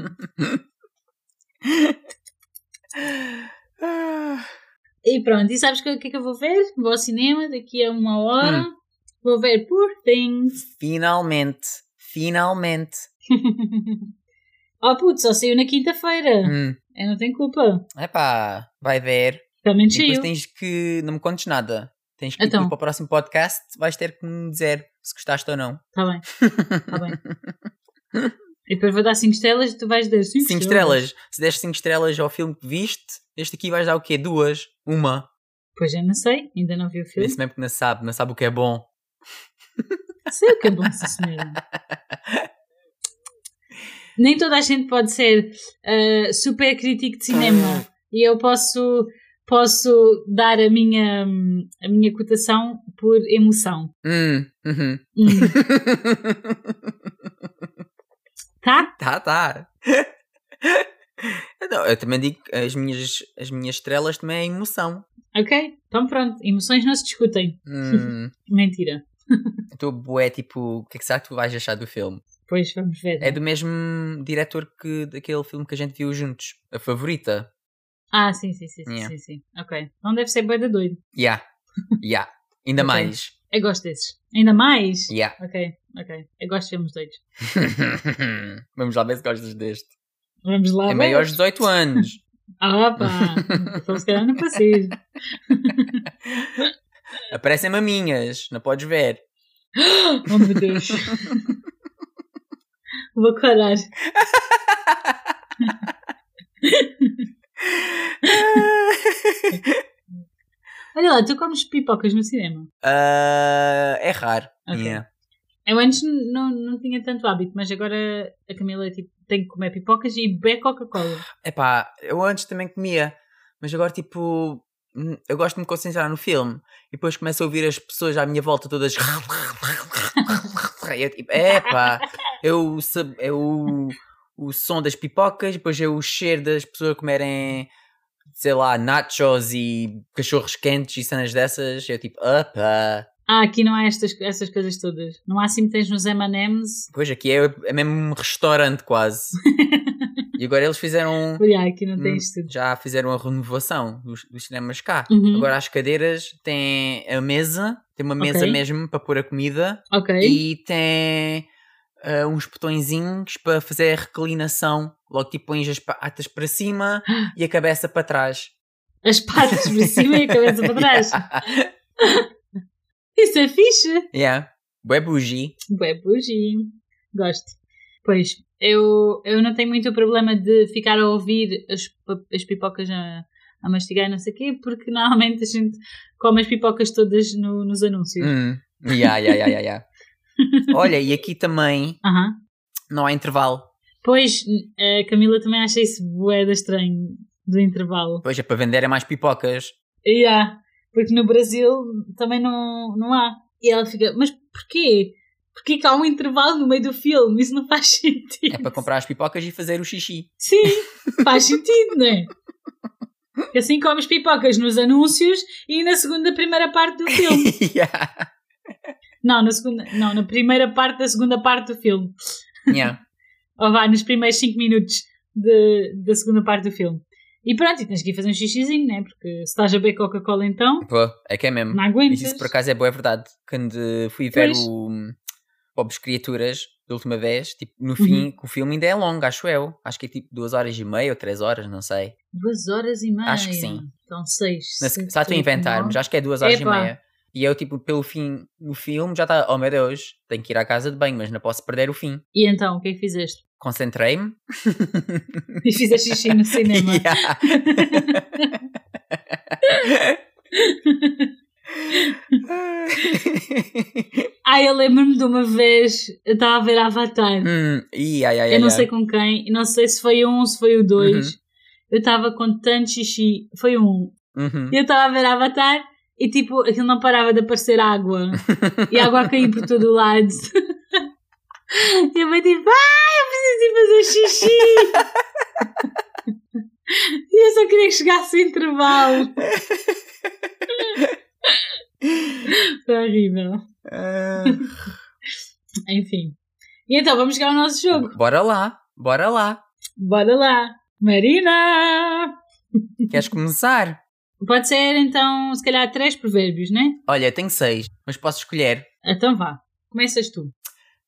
Speaker 1: Ah,
Speaker 2: E pronto, e sabes o que, que é que eu vou ver? Vou ao cinema daqui a uma hora.
Speaker 1: Hum.
Speaker 2: Vou ver Poor Things.
Speaker 1: Finalmente. Finalmente.
Speaker 2: Oh puto, só saiu na quinta-feira.
Speaker 1: Hum.
Speaker 2: Eu não tenho culpa.
Speaker 1: Epá, vai ver.
Speaker 2: Também
Speaker 1: E depois
Speaker 2: saiu.
Speaker 1: tens que. Não me contes nada. Tens que
Speaker 2: Então.
Speaker 1: depois para o próximo podcast. Vais ter que me dizer se gostaste ou não.
Speaker 2: Está Tá bem, está bem. e depois vou dar 5 estrelas e tu vais dar 5
Speaker 1: 5 estrelas. Se deste 5 estrelas ao filme que viste, este aqui vais dar o quê? Duas? Uma?
Speaker 2: Pois eu não sei, ainda não vi o filme.
Speaker 1: Esse mesmo que não sabe, não sabe o que é bom.
Speaker 2: sei o que é bom, sim senhora. Nem toda a gente pode ser ah, super crítico de
Speaker 1: Ah,
Speaker 2: cinema.
Speaker 1: é.
Speaker 2: E eu posso, posso dar a minha, hum, a minha cotação por emoção.
Speaker 1: Hum, uhum.
Speaker 2: Hum, tá?
Speaker 1: tá, tá. Não, eu também digo que as minhas, as minhas estrelas também é emoção.
Speaker 2: Ok? Então pronto, emoções não se discutem.
Speaker 1: Hum,
Speaker 2: Mentira.
Speaker 1: tu bué, tipo, o que é que será que tu vais achar do filme?
Speaker 2: Pois vamos ver.
Speaker 1: É do mesmo diretor que daquele filme que a gente viu juntos. A favorita.
Speaker 2: Ah, sim, sim, sim, sim,
Speaker 1: Yeah.
Speaker 2: sim, sim. Ok. Não deve ser boi da doido.
Speaker 1: Yeah. Yeah. Ainda
Speaker 2: Ok.
Speaker 1: mais.
Speaker 2: Eu gosto desses. Ainda mais?
Speaker 1: Yeah.
Speaker 2: Ok, ok. Eu gosto de filmes doidos.
Speaker 1: Vamos lá ver se gostas deste.
Speaker 2: Vamos lá.
Speaker 1: é
Speaker 2: ver.
Speaker 1: maior de 18 anos.
Speaker 2: Ah, pá. Então se calhar não passei.
Speaker 1: Aparecem maminhas, não podes ver.
Speaker 2: Oh meu Deus. Vou parar. Olha lá, tu comes pipocas no cinema.
Speaker 1: Ah, é raro.
Speaker 2: Ok.
Speaker 1: Yeah.
Speaker 2: Eu antes n- não, não tinha tanto hábito, mas agora a Camila tipo, tem que comer pipocas e beber Coca-Cola.
Speaker 1: Epá, eu antes também comia, mas agora tipo. hum, Eu gosto de me concentrar no filme e depois começo a ouvir as pessoas à minha volta todas. E eu tipo, epá, eu, sab- é o, o som das pipocas, depois é o cheiro das pessoas comerem, sei lá, nachos e cachorros quentes e cenas dessas. Eu tipo, opa,
Speaker 2: Ah, aqui não há estas, essas coisas todas. No máximo tens nos M&M's.
Speaker 1: pois aqui é, é mesmo um restaurante quase. e agora eles fizeram.
Speaker 2: Olha, aqui não
Speaker 1: Hum.
Speaker 2: tens tudo.
Speaker 1: já fizeram a renovação dos, dos cinemas cá.
Speaker 2: Uhum.
Speaker 1: Agora as cadeiras têm a mesa, tem uma mesa
Speaker 2: Ok.
Speaker 1: mesmo para pôr a comida
Speaker 2: Ok.
Speaker 1: e tem ah, uns botõezinhos para fazer a reclinação. Logo tipo pões as patas para cima e a cabeça para trás.
Speaker 2: As patas para cima e a cabeça para trás. Isso é fixe.
Speaker 1: yeah. Bué bougie.
Speaker 2: Bué bougie. Gosto. Pois, eu, eu não tenho muito problema de ficar a ouvir as, pa- as pipocas a, a mastigar e não sei o quê, porque normalmente a gente come as pipocas todas no- nos anúncios.
Speaker 1: Hum. Yeah, yeah, yeah, yeah, yeah. Olha, e aqui também
Speaker 2: Aham.
Speaker 1: não há intervalo.
Speaker 2: Pois, a Camila também acha isso bué de estranho, do intervalo.
Speaker 1: Pois é, para vender é mais pipocas.
Speaker 2: E há, porque no Brasil também não, não há. E ela fica, mas porquê? Porquê que há um intervalo no meio do filme? Isso não faz sentido.
Speaker 1: É para comprar as pipocas e fazer o xixi.
Speaker 2: Sim, faz sentido, não é? Porque Assim comes pipocas nos anúncios e na segunda primeira parte do filme.
Speaker 1: yeah.
Speaker 2: Não, na segunda, não, na primeira parte da segunda parte do filme.
Speaker 1: Yeah.
Speaker 2: Ou vá, nos primeiros 5 minutos de, da segunda parte do filme. E pronto, e tens que ir fazer um xixizinho, não é? Porque se estás a beber Coca-Cola então,
Speaker 1: Pô, é que é mesmo.
Speaker 2: não
Speaker 1: Mas
Speaker 2: aguentas.
Speaker 1: isso por acaso é boa verdade. Quando fui ver
Speaker 2: Pois.
Speaker 1: o hum, Pobres Criaturas da última vez, tipo,
Speaker 2: Uhum.
Speaker 1: no fim, que o filme ainda é longo, acho eu. Acho que é tipo duas horas e meia ou três horas, não sei.
Speaker 2: Duas horas e meia.
Speaker 1: Acho que sim.
Speaker 2: então, seis.
Speaker 1: Mas
Speaker 2: sete,
Speaker 1: está a inventar,
Speaker 2: oito,
Speaker 1: mas acho que é duas horas
Speaker 2: Epá.
Speaker 1: e meia. E eu, tipo, pelo fim do filme, já está, oh meu Deus, tenho que ir à casa de banho, mas não posso perder o fim.
Speaker 2: E então, o que é que fizeste?
Speaker 1: Concentrei-me.
Speaker 2: E fizeste xixi no cinema.
Speaker 1: Yeah.
Speaker 2: Ah, eu lembro-me de uma vez, eu estava a ver Avatar.
Speaker 1: Hum, ia, ia, ia,
Speaker 2: eu não
Speaker 1: ia.
Speaker 2: sei com quem, e não sei se foi um, se foi o dois. Eu estava com tanto xixi, foi um.
Speaker 1: Uhum.
Speaker 2: E Eu estava a ver Avatar e tipo, aquilo não parava de aparecer água. E a água a cair por todo o lado. E eu fui tipo, ai, eu preciso ir fazer xixi. E eu só queria que chegasse o intervalo. Foi horrível.
Speaker 1: Ah,
Speaker 2: Enfim. E então vamos chegar ao nosso jogo.
Speaker 1: bora lá, bora lá.
Speaker 2: Bora lá. Marina!
Speaker 1: Queres começar?
Speaker 2: Pode ser então, se calhar, três provérbios, né?
Speaker 1: Olha, tenho seis, mas posso escolher.
Speaker 2: Então vá. Começas tu.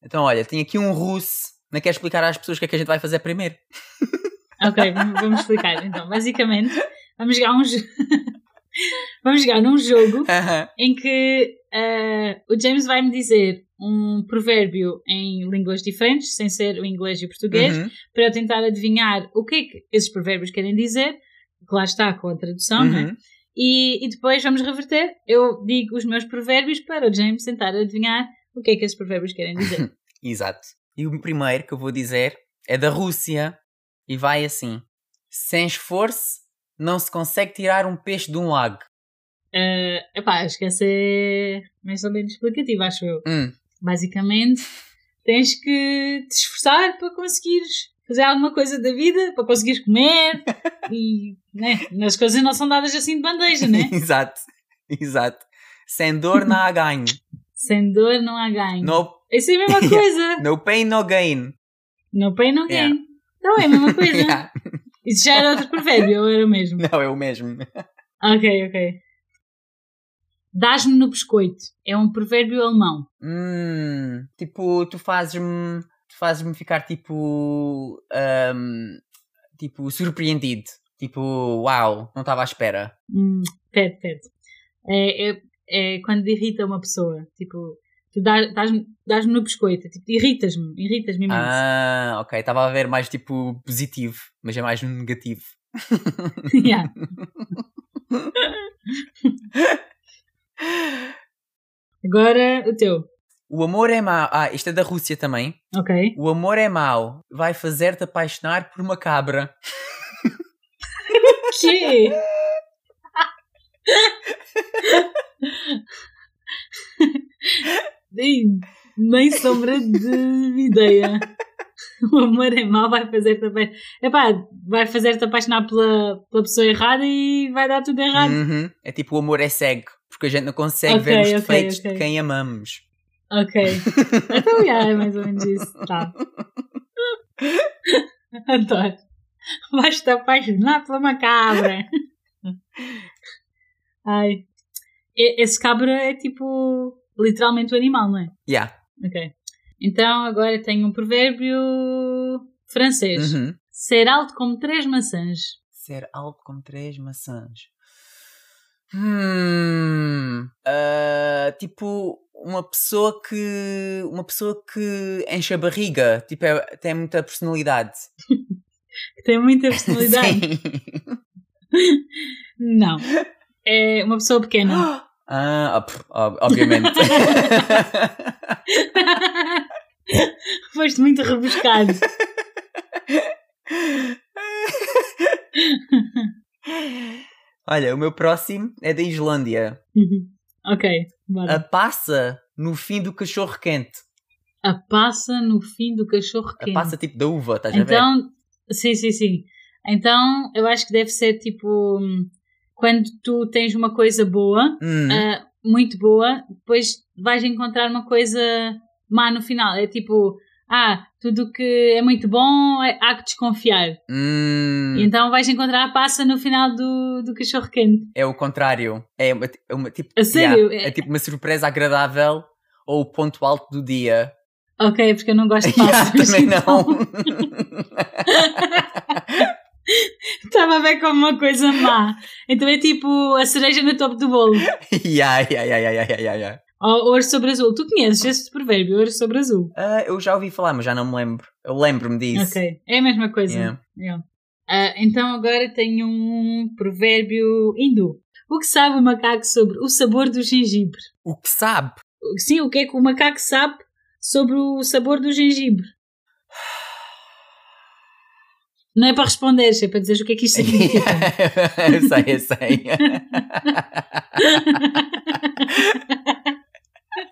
Speaker 1: Então, olha, tenho aqui um russo. Não quero explicar às pessoas o que é que a gente vai fazer primeiro.
Speaker 2: Ok, vamos vamos explicar. Então, basicamente, vamos jogar um jo- vamos jogar num jogo
Speaker 1: Aham.
Speaker 2: em que eh, o James vai me dizer um provérbio em línguas diferentes, sem ser o inglês e o português,
Speaker 1: Uhum.
Speaker 2: para eu tentar adivinhar o que é que esses provérbios querem dizer, que lá está com a tradução, né?
Speaker 1: Uhum.
Speaker 2: e, e depois vamos reverter. Eu digo os meus provérbios para o James tentar adivinhar o que é que esses provérbios querem dizer.
Speaker 1: Exato. E o primeiro que eu vou dizer é da Rússia. E vai assim: sem esforço, não se consegue tirar um peixe de um lago.
Speaker 2: Eh, epá, acho que essa é mais ou menos explicativa, acho eu.
Speaker 1: Hum,
Speaker 2: basicamente tens que te esforçar para conseguires fazer alguma coisa da vida, para conseguires comer e né, as coisas não são dadas assim de bandeja, né?
Speaker 1: Exato. Exato. Sem dor não há ganho.
Speaker 2: Sem dor não há ganho.
Speaker 1: No,
Speaker 2: Isso é a mesma coisa.
Speaker 1: no pain, no gain.
Speaker 2: No pain, no gain.
Speaker 1: Yeah.
Speaker 2: Então é a mesma coisa.
Speaker 1: Yeah.
Speaker 2: Isso já era outro provérbio, ou era o mesmo?
Speaker 1: Não, é o mesmo.
Speaker 2: Ok, ok. Dás-me no biscoito. É um provérbio alemão.
Speaker 1: Hum, tipo, tu fazes-me tu fazes-me ficar tipo. ahm, tipo, surpreendido. Tipo, uau, não estava à espera.
Speaker 2: Hum, pede, pede. É, é, é quando irrita uma pessoa. Tipo, tu dá- dás-me dás-me no biscoito. Tipo, irritas-me, irritas-me imenso.
Speaker 1: Ah, ok, estava a ver mais tipo positivo, mas é mais um negativo.
Speaker 2: Yeah. Agora o teu.
Speaker 1: O amor é mau. Ah, isto é da Rússia também.
Speaker 2: Ok.
Speaker 1: O amor é mau. Vai fazer-te apaixonar por uma cabra.
Speaker 2: Que? nem, nem sombra de ideia. O amor é mau, vai fazer-te apaixonar. Epá, vai fazer-te apaixonar pela, pela pessoa errada e vai dar tudo errado.
Speaker 1: Uhum. É tipo, o amor é cego. Porque a gente não consegue
Speaker 2: Ok,
Speaker 1: ver os
Speaker 2: ok,
Speaker 1: defeitos
Speaker 2: ok.
Speaker 1: de quem amamos.
Speaker 2: Ok. Então, já, é mais ou menos isso. Tá. Adoro. Vais-te apaixonar pela uma cabra. Ai. E- Esse cabra é tipo literalmente o animal, não é?
Speaker 1: Yeah.
Speaker 2: Ok. Então, agora tenho um provérbio francês.
Speaker 1: Uhum.
Speaker 2: Ser alto como três maçãs.
Speaker 1: Ser algo como três maçãs. Hum, ah, tipo uma pessoa que uma pessoa que enche a barriga, tipo é- tem muita personalidade.
Speaker 2: Que tem muita personalidade.
Speaker 1: Sim.
Speaker 2: Não. É uma pessoa pequena.
Speaker 1: Ah, pff, ob- obviamente.
Speaker 2: Foste muito rebuscado.
Speaker 1: Olha, o meu próximo é da Islândia.
Speaker 2: Uhum. Ok, bora.
Speaker 1: A passa no fim do cachorro quente.
Speaker 2: A passa no fim do cachorro
Speaker 1: A
Speaker 2: quente.
Speaker 1: passa tipo da uva, estás a ver?
Speaker 2: então, sim, sim, sim. Então, eu acho que deve ser tipo hum, quando tu tens uma coisa boa,
Speaker 1: Hum.
Speaker 2: ah, muito boa, depois vais encontrar uma coisa má no final. É tipo, ah, tudo que é muito bom é- há que desconfiar.
Speaker 1: Hum.
Speaker 2: Então vais encontrar a passa no final do, do cachorro quente.
Speaker 1: É o contrário. É uma, é uma- tipo,
Speaker 2: A sério?
Speaker 1: yeah, é tipo uma surpresa agradável ou o ponto alto do dia.
Speaker 2: Ok, é porque eu não gosto de
Speaker 1: Yeah,
Speaker 2: passas. então
Speaker 1: também não.
Speaker 2: Estava a ver como uma coisa má. Então é tipo a cereja no topo do bolo.
Speaker 1: yeah, yeah, yeah, yeah, yeah, yeah, yeah.
Speaker 2: Ou ouro sobre azul. Tu conheces esse provérbio, ouro sobre azul?
Speaker 1: Ah, eu já ouvi falar, mas já não me lembro. Eu lembro-me disso.
Speaker 2: Ok. É a mesma coisa.
Speaker 1: Yeah.
Speaker 2: Yeah. Ah, então agora tenho um provérbio hindu. O que sabe o macaco sobre o sabor do gengibre?
Speaker 1: O que sabe?
Speaker 2: Sim, o que é que o macaco sabe sobre o sabor do gengibre? Não é para responder, é para dizer o que é que isto significa.
Speaker 1: eu sei, eu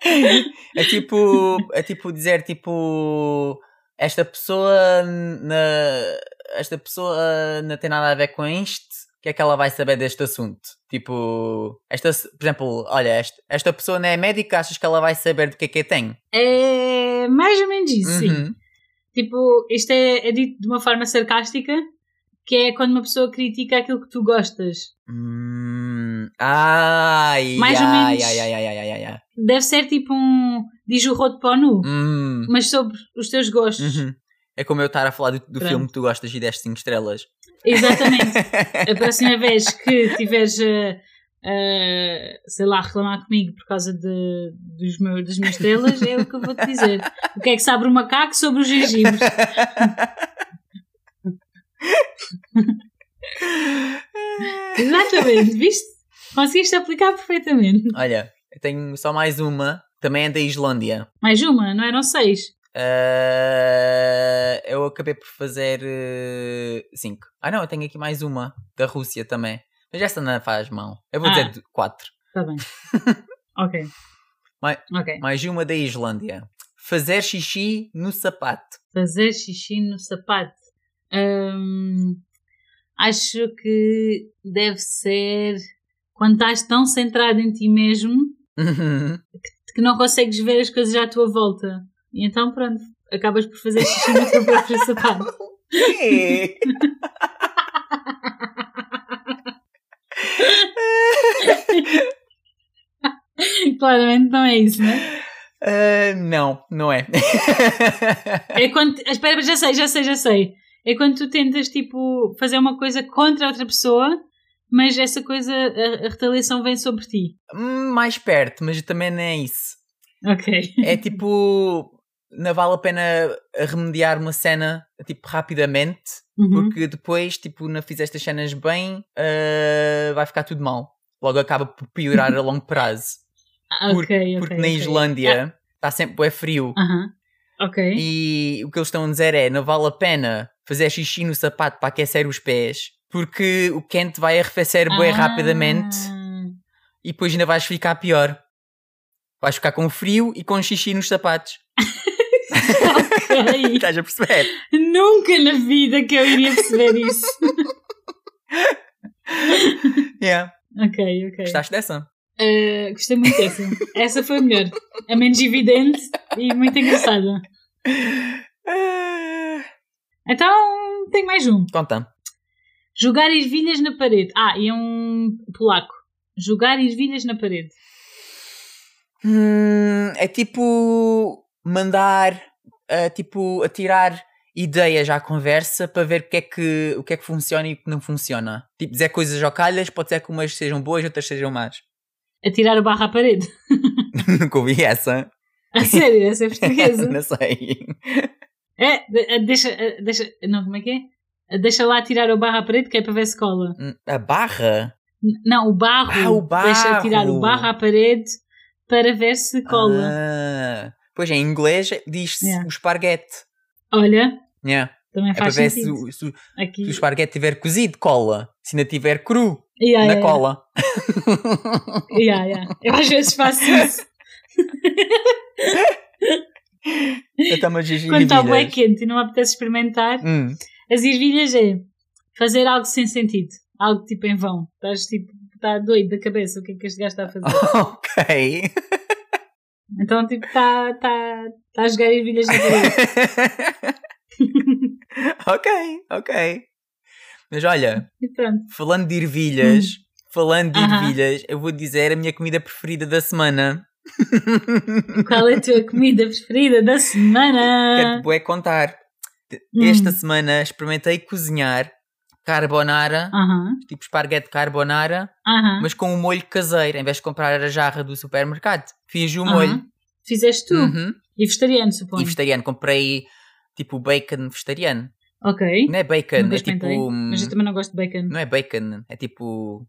Speaker 1: sei. é tipo. É tipo dizer tipo. Esta pessoa na. Esta pessoa não tem nada a ver com isto. O que é que ela vai saber deste assunto? Tipo, esta, se- por exemplo, olha, esta, esta pessoa não é médica, achas que ela vai saber do que é que eu tenho?
Speaker 2: É mais ou menos isso, sim.
Speaker 1: Uhum.
Speaker 2: Tipo, isto é, é dito de uma forma sarcástica, que é quando uma pessoa critica aquilo que tu gostas.
Speaker 1: Hum, ai,
Speaker 2: Mais ou
Speaker 1: ai,
Speaker 2: menos.
Speaker 1: ai, ai, ai, ai, ai, ai, ai.
Speaker 2: Deve ser tipo um. Diz o rodo para o nu,
Speaker 1: Hum,
Speaker 2: mas sobre os teus gostos.
Speaker 1: uhum. É como eu estar a falar do, do
Speaker 2: Pronto.
Speaker 1: filme que tu gostas e deste 5 estrelas.
Speaker 2: Exatamente. A próxima vez que tiveres a. a, sei lá, reclamar comigo por causa de, dos meus, das minhas estrelas, é o que eu vou te dizer. O que é que sabe o macaco sobre os gengibres? Exatamente, viste? Conseguiste aplicar perfeitamente.
Speaker 1: Olha, eu tenho só mais uma. Também é da Islândia.
Speaker 2: Mais uma, não eram seis?
Speaker 1: Ah, eu acabei por fazer 5. Ah, não, eu tenho aqui mais uma. Da Rússia também. Mas essa não faz mal. Eu vou
Speaker 2: Ah.
Speaker 1: dizer 4.
Speaker 2: Tá bem. ok.
Speaker 1: Vai.
Speaker 2: Ok.
Speaker 1: Mais uma da Islândia. Fazer xixi no sapato.
Speaker 2: Fazer xixi no sapato. Hum, acho que deve ser quando estás tão centrado em ti mesmo que não consegues ver as coisas à tua volta. E então, pronto, acabas por fazer xixi no teu próprio sapato.
Speaker 1: Quê?
Speaker 2: Claramente não é isso, não é?
Speaker 1: Ah, não, não é.
Speaker 2: É quando. Espera, já sei, já sei, já sei. É quando tu tentas, tipo, fazer uma coisa contra outra pessoa, mas essa coisa, a, a retaliação vem sobre ti.
Speaker 1: Hum, Mais perto, mas também não é isso.
Speaker 2: Ok.
Speaker 1: É tipo. Não vale a pena remediar uma cena tipo rapidamente
Speaker 2: Uhum.
Speaker 1: porque depois, tipo, não fizeste as cenas bem, ah, vai ficar tudo mal. Logo acaba por piorar a longo prazo.
Speaker 2: Ah,
Speaker 1: Por-
Speaker 2: ok, ok,
Speaker 1: Porque na
Speaker 2: ok.
Speaker 1: Islândia está sempre é frio.
Speaker 2: Aham. Ok.
Speaker 1: E o que eles estão a dizer é: não vale a pena fazer xixi no sapato para aquecer os pés, porque o quente vai arrefecer bué
Speaker 2: Ah.
Speaker 1: rapidamente e depois ainda vais ficar pior. Vais ficar com frio e com xixi nos sapatos.
Speaker 2: Ok.
Speaker 1: Estás a perceber?
Speaker 2: Nunca na vida que eu iria perceber isso.
Speaker 1: Yeah.
Speaker 2: ok, ok.
Speaker 1: Gostaste dessa?
Speaker 2: Ah, gostei muito dessa. Essa foi a melhor. A menos evidente e muito engraçada.
Speaker 1: Ah,
Speaker 2: Então, tem mais um.
Speaker 1: Conta.
Speaker 2: Jogar ervilhas na parede. Ah, e é um polaco. Jogar ervilhas na parede.
Speaker 1: Hum, é tipo mandar, ah, tipo atirar ideias à conversa para ver o que, é que, o que é que funciona e o que não funciona. Tipo dizer coisas ao calhas, pode ser que umas sejam boas outras sejam más.
Speaker 2: Atirar o barro à parede.
Speaker 1: Nunca ouvi essa.
Speaker 2: A sério, essa é portuguesa.
Speaker 1: não sei.
Speaker 2: É, de- eh, deixa, eh, deixa. Não, como é que é? Eh, Deixa lá tirar o barro à parede que é para ver se cola.
Speaker 1: Hum, A barra?
Speaker 2: N- Não, o barro.
Speaker 1: Ah, o
Speaker 2: Deixa tirar
Speaker 1: barro.
Speaker 2: o barro à parede para ver se cola.
Speaker 1: Ah, pois em inglês diz-se
Speaker 2: Yeah.
Speaker 1: o esparguete.
Speaker 2: Olha,
Speaker 1: Yeah.
Speaker 2: também
Speaker 1: É para
Speaker 2: faz
Speaker 1: ver se
Speaker 2: sentido.
Speaker 1: o, se o-
Speaker 2: Aqui.
Speaker 1: se o esparguete tiver cozido, cola. Se ainda tiver cru,
Speaker 2: Yeah,
Speaker 1: na
Speaker 2: yeah,
Speaker 1: cola.
Speaker 2: yeah, yeah. Eu às vezes faço isso
Speaker 1: Eu tomo gengivas.
Speaker 2: quando tá é está bem quente e não me apetece experimentar.
Speaker 1: Hum.
Speaker 2: As ervilhas é fazer algo sem sentido. Algo tipo em vão. Estás tipo, está doido da cabeça. O que é que este gajo está a fazer?
Speaker 1: Ok.
Speaker 2: Então, tipo, está está está a jogar ervilhas na parede.
Speaker 1: ok, ok. Mas olha,
Speaker 2: E pronto.
Speaker 1: falando de ervilhas, falando de
Speaker 2: Hum. Aham.
Speaker 1: ervilhas, eu vou dizer a minha comida preferida da semana.
Speaker 2: Qual é a tua comida preferida da semana?
Speaker 1: Quero-te bué é tipo, contar.
Speaker 2: Ah. Hum.
Speaker 1: Esta semana experimentei cozinhar carbonara,
Speaker 2: Aham.
Speaker 1: tipo esparguete carbonara,
Speaker 2: Aham.
Speaker 1: mas com um molho caseiro, em vez de comprar a jarra do supermercado. Fiz o
Speaker 2: aham.
Speaker 1: um molho.
Speaker 2: Fizeste tu.
Speaker 1: Uhum.
Speaker 2: E vegetariano, suponho.
Speaker 1: E vegetariano, comprei tipo bacon vegetariano.
Speaker 2: Ok.
Speaker 1: Não é bacon,
Speaker 2: Nunca
Speaker 1: é tipo.
Speaker 2: experimentei, Mas eu
Speaker 1: hum,
Speaker 2: também não gosto de bacon.
Speaker 1: Não é bacon, é tipo.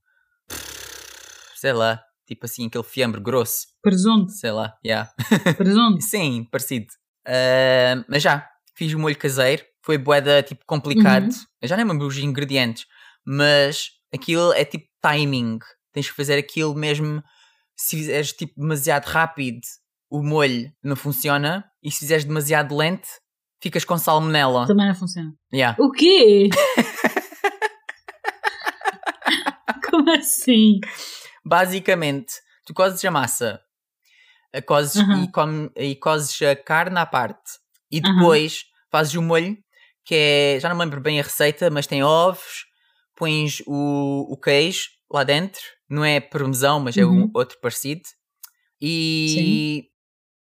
Speaker 1: Sei lá, tipo assim, aquele fiambre grosso,
Speaker 2: Presunto.
Speaker 1: sei lá, yeah.
Speaker 2: Presunto.
Speaker 1: Sim, parecido. Ah, mas já, fiz o molho caseiro, foi boeda tipo complicado, eu já nem me lembro os ingredientes, mas aquilo é tipo timing, tens que fazer aquilo mesmo, se fizeres tipo demasiado rápido, o molho não funciona, e se fizeres demasiado lento, ficas com salmonela.
Speaker 2: Também não funciona.
Speaker 1: Yeah.
Speaker 2: O quê? Como assim?
Speaker 1: Basicamente, tu cozes a massa a cozes,
Speaker 2: Uhum.
Speaker 1: e, come- e cozes a carne à parte. E
Speaker 2: Uhum.
Speaker 1: depois fazes o molho, que é. Já não me lembro bem a receita, mas tem ovos, pões o, o queijo lá dentro, não é parmesão, mas é um
Speaker 2: Uhum.
Speaker 1: outro parecido. E.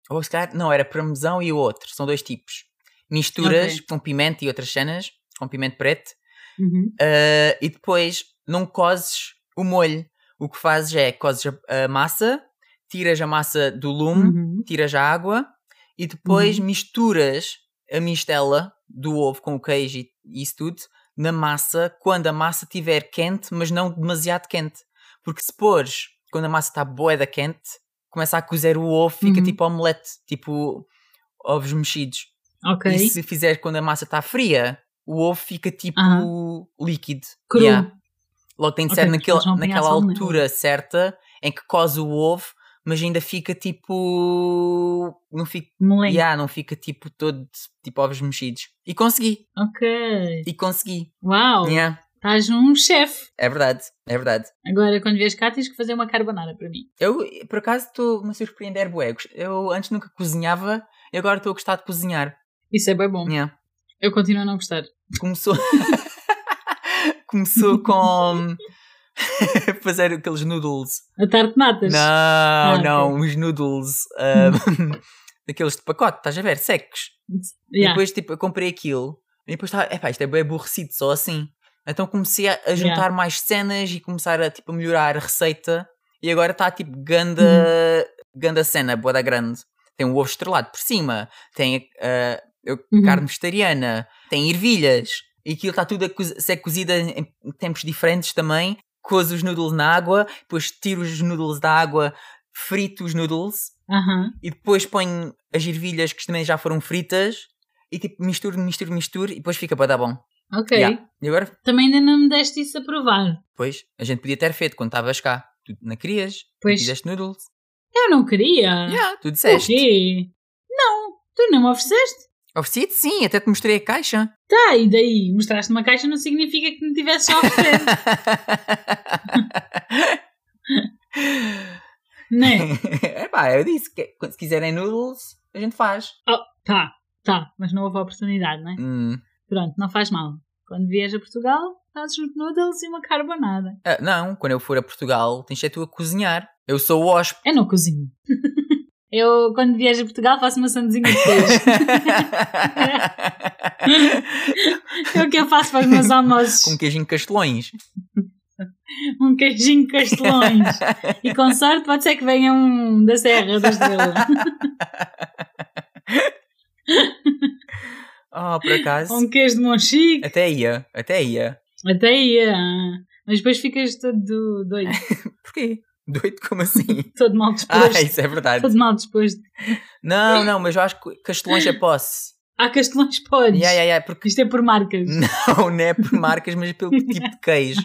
Speaker 1: Ou se calhar, não, era parmesão e o outro, são dois tipos. Misturas
Speaker 2: Ok.
Speaker 1: com pimenta e outras cenas, com pimento preto.
Speaker 2: Uhum.
Speaker 1: Uh, e depois não cozes o molho. O que fazes é cozes a, a massa, tiras a massa do lume,
Speaker 2: Uhum.
Speaker 1: tiras a água e depois misturas a mistela do ovo com o queijo e e isso tudo na massa quando a massa estiver quente, mas não demasiado quente. Porque se pôres quando a massa está boeda quente, começa a cozer o ovo, fica
Speaker 2: Uhum.
Speaker 1: tipo omelete, tipo ovos mexidos.
Speaker 2: Ok.
Speaker 1: E se fizer quando a massa está fria, o ovo fica tipo líquido.
Speaker 2: Cru.
Speaker 1: Yeah. Logo tem de
Speaker 2: Ok,
Speaker 1: ser
Speaker 2: porque
Speaker 1: naquela,
Speaker 2: eles não põem
Speaker 1: naquela
Speaker 2: açúcar, não é?
Speaker 1: altura certa em que coze o ovo, mas ainda fica tipo. Não fica,
Speaker 2: Molengo.
Speaker 1: yeah, não fica tipo todo tipo ovos mexidos. E consegui,
Speaker 2: Ok.
Speaker 1: e consegui.
Speaker 2: Uau.
Speaker 1: Yeah,
Speaker 2: Estás um chefe.
Speaker 1: É verdade, é verdade.
Speaker 2: Agora, quando vieres cá, tens que fazer uma carbonara para mim.
Speaker 1: Eu, por acaso, estou-me a surpreender, bué. Eu gost- Eu antes nunca cozinhava e agora estou a gostar de cozinhar.
Speaker 2: Isso é bem bom.
Speaker 1: Yeah.
Speaker 2: Eu continuo a não gostar.
Speaker 1: começou começou com fazer aqueles noodles
Speaker 2: A tarte de natas.
Speaker 1: não
Speaker 2: ok.
Speaker 1: não os noodles ah, daqueles de pacote estás a ver secos e
Speaker 2: Yeah.
Speaker 1: depois tipo eu comprei aquilo e depois estava epá isto é bem aborrecido só assim então comecei a a juntar mais cenas e começar a tipo a melhorar a receita e agora está tipo ganda
Speaker 2: Uhum.
Speaker 1: ganda cena boa da grande tem um ovo estrelado por cima tem ah, eu-
Speaker 2: Uhum.
Speaker 1: carne vegetariana, tem ervilhas, e aquilo está tudo a, co- ser cozido em em tempos diferentes também. Cozo os noodles na água, depois tiro os noodles da água, frito os noodles,
Speaker 2: Aham.
Speaker 1: e depois ponho as ervilhas que também já foram fritas, e tipo misturo, misturo, misturo, e depois fica para dar bom.
Speaker 2: Ok.
Speaker 1: Yeah. E agora,
Speaker 2: Também ainda não me deste isso a provar.
Speaker 1: pois, a gente podia ter feito quando estavas cá. Tu não querias, tu
Speaker 2: Pois. Hum.
Speaker 1: fizeste noodles.
Speaker 2: Eu não queria.
Speaker 1: Yeah, tu disseste.
Speaker 2: Ok. Não. Tu não me ofereceste.
Speaker 1: Ofereci-te sim, até te mostrei a caixa.
Speaker 2: Tá, e daí? Mostraste uma caixa não significa que me tivesse a oferecer. né?
Speaker 1: Epá, eu disse que quando- se quiserem noodles, a gente faz.
Speaker 2: Tá, tá, mas não houve oportunidade, né?
Speaker 1: Hum.
Speaker 2: Pronto, não faz mal. Quando vieres a Portugal, fazes uns noodles e uma carbonada.
Speaker 1: Ah, não, quando eu for a Portugal, tens de ser tu a cozinhar. Eu sou o hóspede.
Speaker 2: Eu não cozinho. Eu, quando vieres a Portugal, faço uma sandezinha de queijo. é o que eu faço para os meus
Speaker 1: Com
Speaker 2: almoços.
Speaker 1: queijinho de castelões.
Speaker 2: Um queijinho de castelões. E com sorte, pode ser que venha um da Serra, da Estrela.
Speaker 1: Oh, por acaso.
Speaker 2: Um queijo de Monchique.
Speaker 1: Até ia, até ia.
Speaker 2: Até aí, ah, mas depois ficas todo doido,
Speaker 1: Porquê? Doido como assim?
Speaker 2: todo mal
Speaker 1: ah,
Speaker 2: disposto.
Speaker 1: isso é verdade.
Speaker 2: todo mal disposto.
Speaker 1: Não, não, mas eu acho que castelões é posse.
Speaker 2: Há castelões podes.
Speaker 1: Yeah, yeah, yeah, porque
Speaker 2: Isto é por marcas.
Speaker 1: não, não é por marcas, mas pelo tipo de queijo.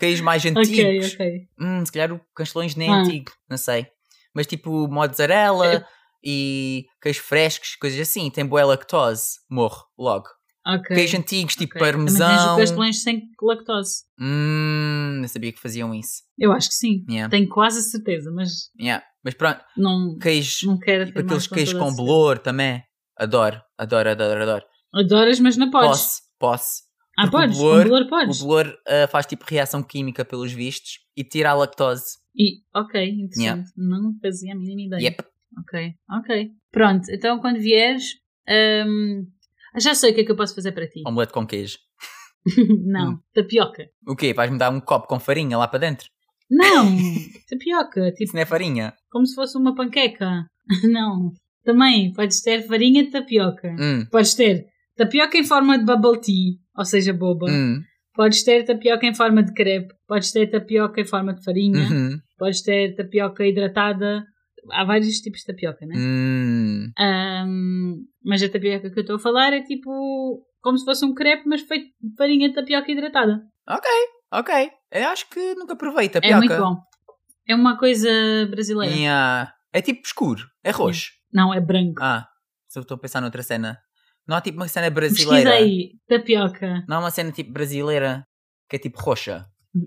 Speaker 1: Queijos mais antigos.
Speaker 2: Ok, ok.
Speaker 1: Hum, se calhar o Castelões nem é
Speaker 2: Ah.
Speaker 1: antigo, não sei. Mas tipo mozzarella e queijos frescos, coisas assim. Tem boa lactose, morro logo.
Speaker 2: ok.
Speaker 1: Queijos antigos, tipo
Speaker 2: ok. Também tens
Speaker 1: parmesão.
Speaker 2: os castelões sem lactose.
Speaker 1: Hum, não sabia que faziam isso.
Speaker 2: Eu acho que sim.
Speaker 1: Yeah,
Speaker 2: Tenho quase a certeza, mas
Speaker 1: yeah. Mas pronto,
Speaker 2: não,
Speaker 1: queijos,
Speaker 2: não quero
Speaker 1: tipo
Speaker 2: ter
Speaker 1: aqueles queijos com
Speaker 2: blog.
Speaker 1: bolor também. Adoro, adoro, adoro, adoro.
Speaker 2: Adoras, mas não podes.
Speaker 1: Posso, posso.
Speaker 2: Ah,
Speaker 1: Porque o
Speaker 2: podes.
Speaker 1: bolor-
Speaker 2: Com bolor podes.
Speaker 1: O bolor ah, faz tipo reação química pelos vistos e tira a lactose.
Speaker 2: E, ok, interessante. Não fazia a mínima ideia.
Speaker 1: Yep.
Speaker 2: Ok, ok. Pronto,
Speaker 1: Oh,
Speaker 2: então quando vieres... hum, já sei o que é que eu posso fazer para ti.
Speaker 1: Omelete um com queijo.
Speaker 2: não,
Speaker 1: hum.
Speaker 2: tapioca.
Speaker 1: O quê? Vais-me dar um copo com farinha lá para dentro?
Speaker 2: Não, tapioca, tipo
Speaker 1: Isso não é farinha?
Speaker 2: como se fosse uma panqueca. Não, também podes ter farinha de tapioca.
Speaker 1: Hum,
Speaker 2: Podes ter tapioca em forma de bubble tea, ou seja, boba.
Speaker 1: hum,
Speaker 2: Podes ter tapioca em forma de crepe. Podes ter tapioca em forma de farinha.
Speaker 1: uhum,
Speaker 2: Podes ter tapioca hidratada. Há vários tipos de tapioca, né?
Speaker 1: hum.
Speaker 2: Ahm, mas a tapioca que eu estou a falar é tipo como se fosse um crepe, mas feito de farinha de tapioca hidratada.
Speaker 1: Ok, ok. Eu acho que nunca provei tapioca.
Speaker 2: É muito bom. É uma coisa brasileira.
Speaker 1: Yeah. É tipo escuro, é roxo.
Speaker 2: Não, é branco.
Speaker 1: Ah, se eu estou a pensar noutra cena. Não há tipo uma cena
Speaker 2: Pesquisa
Speaker 1: brasileira.
Speaker 2: aí, tapioca,
Speaker 1: Não há uma cena tipo brasileira que é tipo roxa.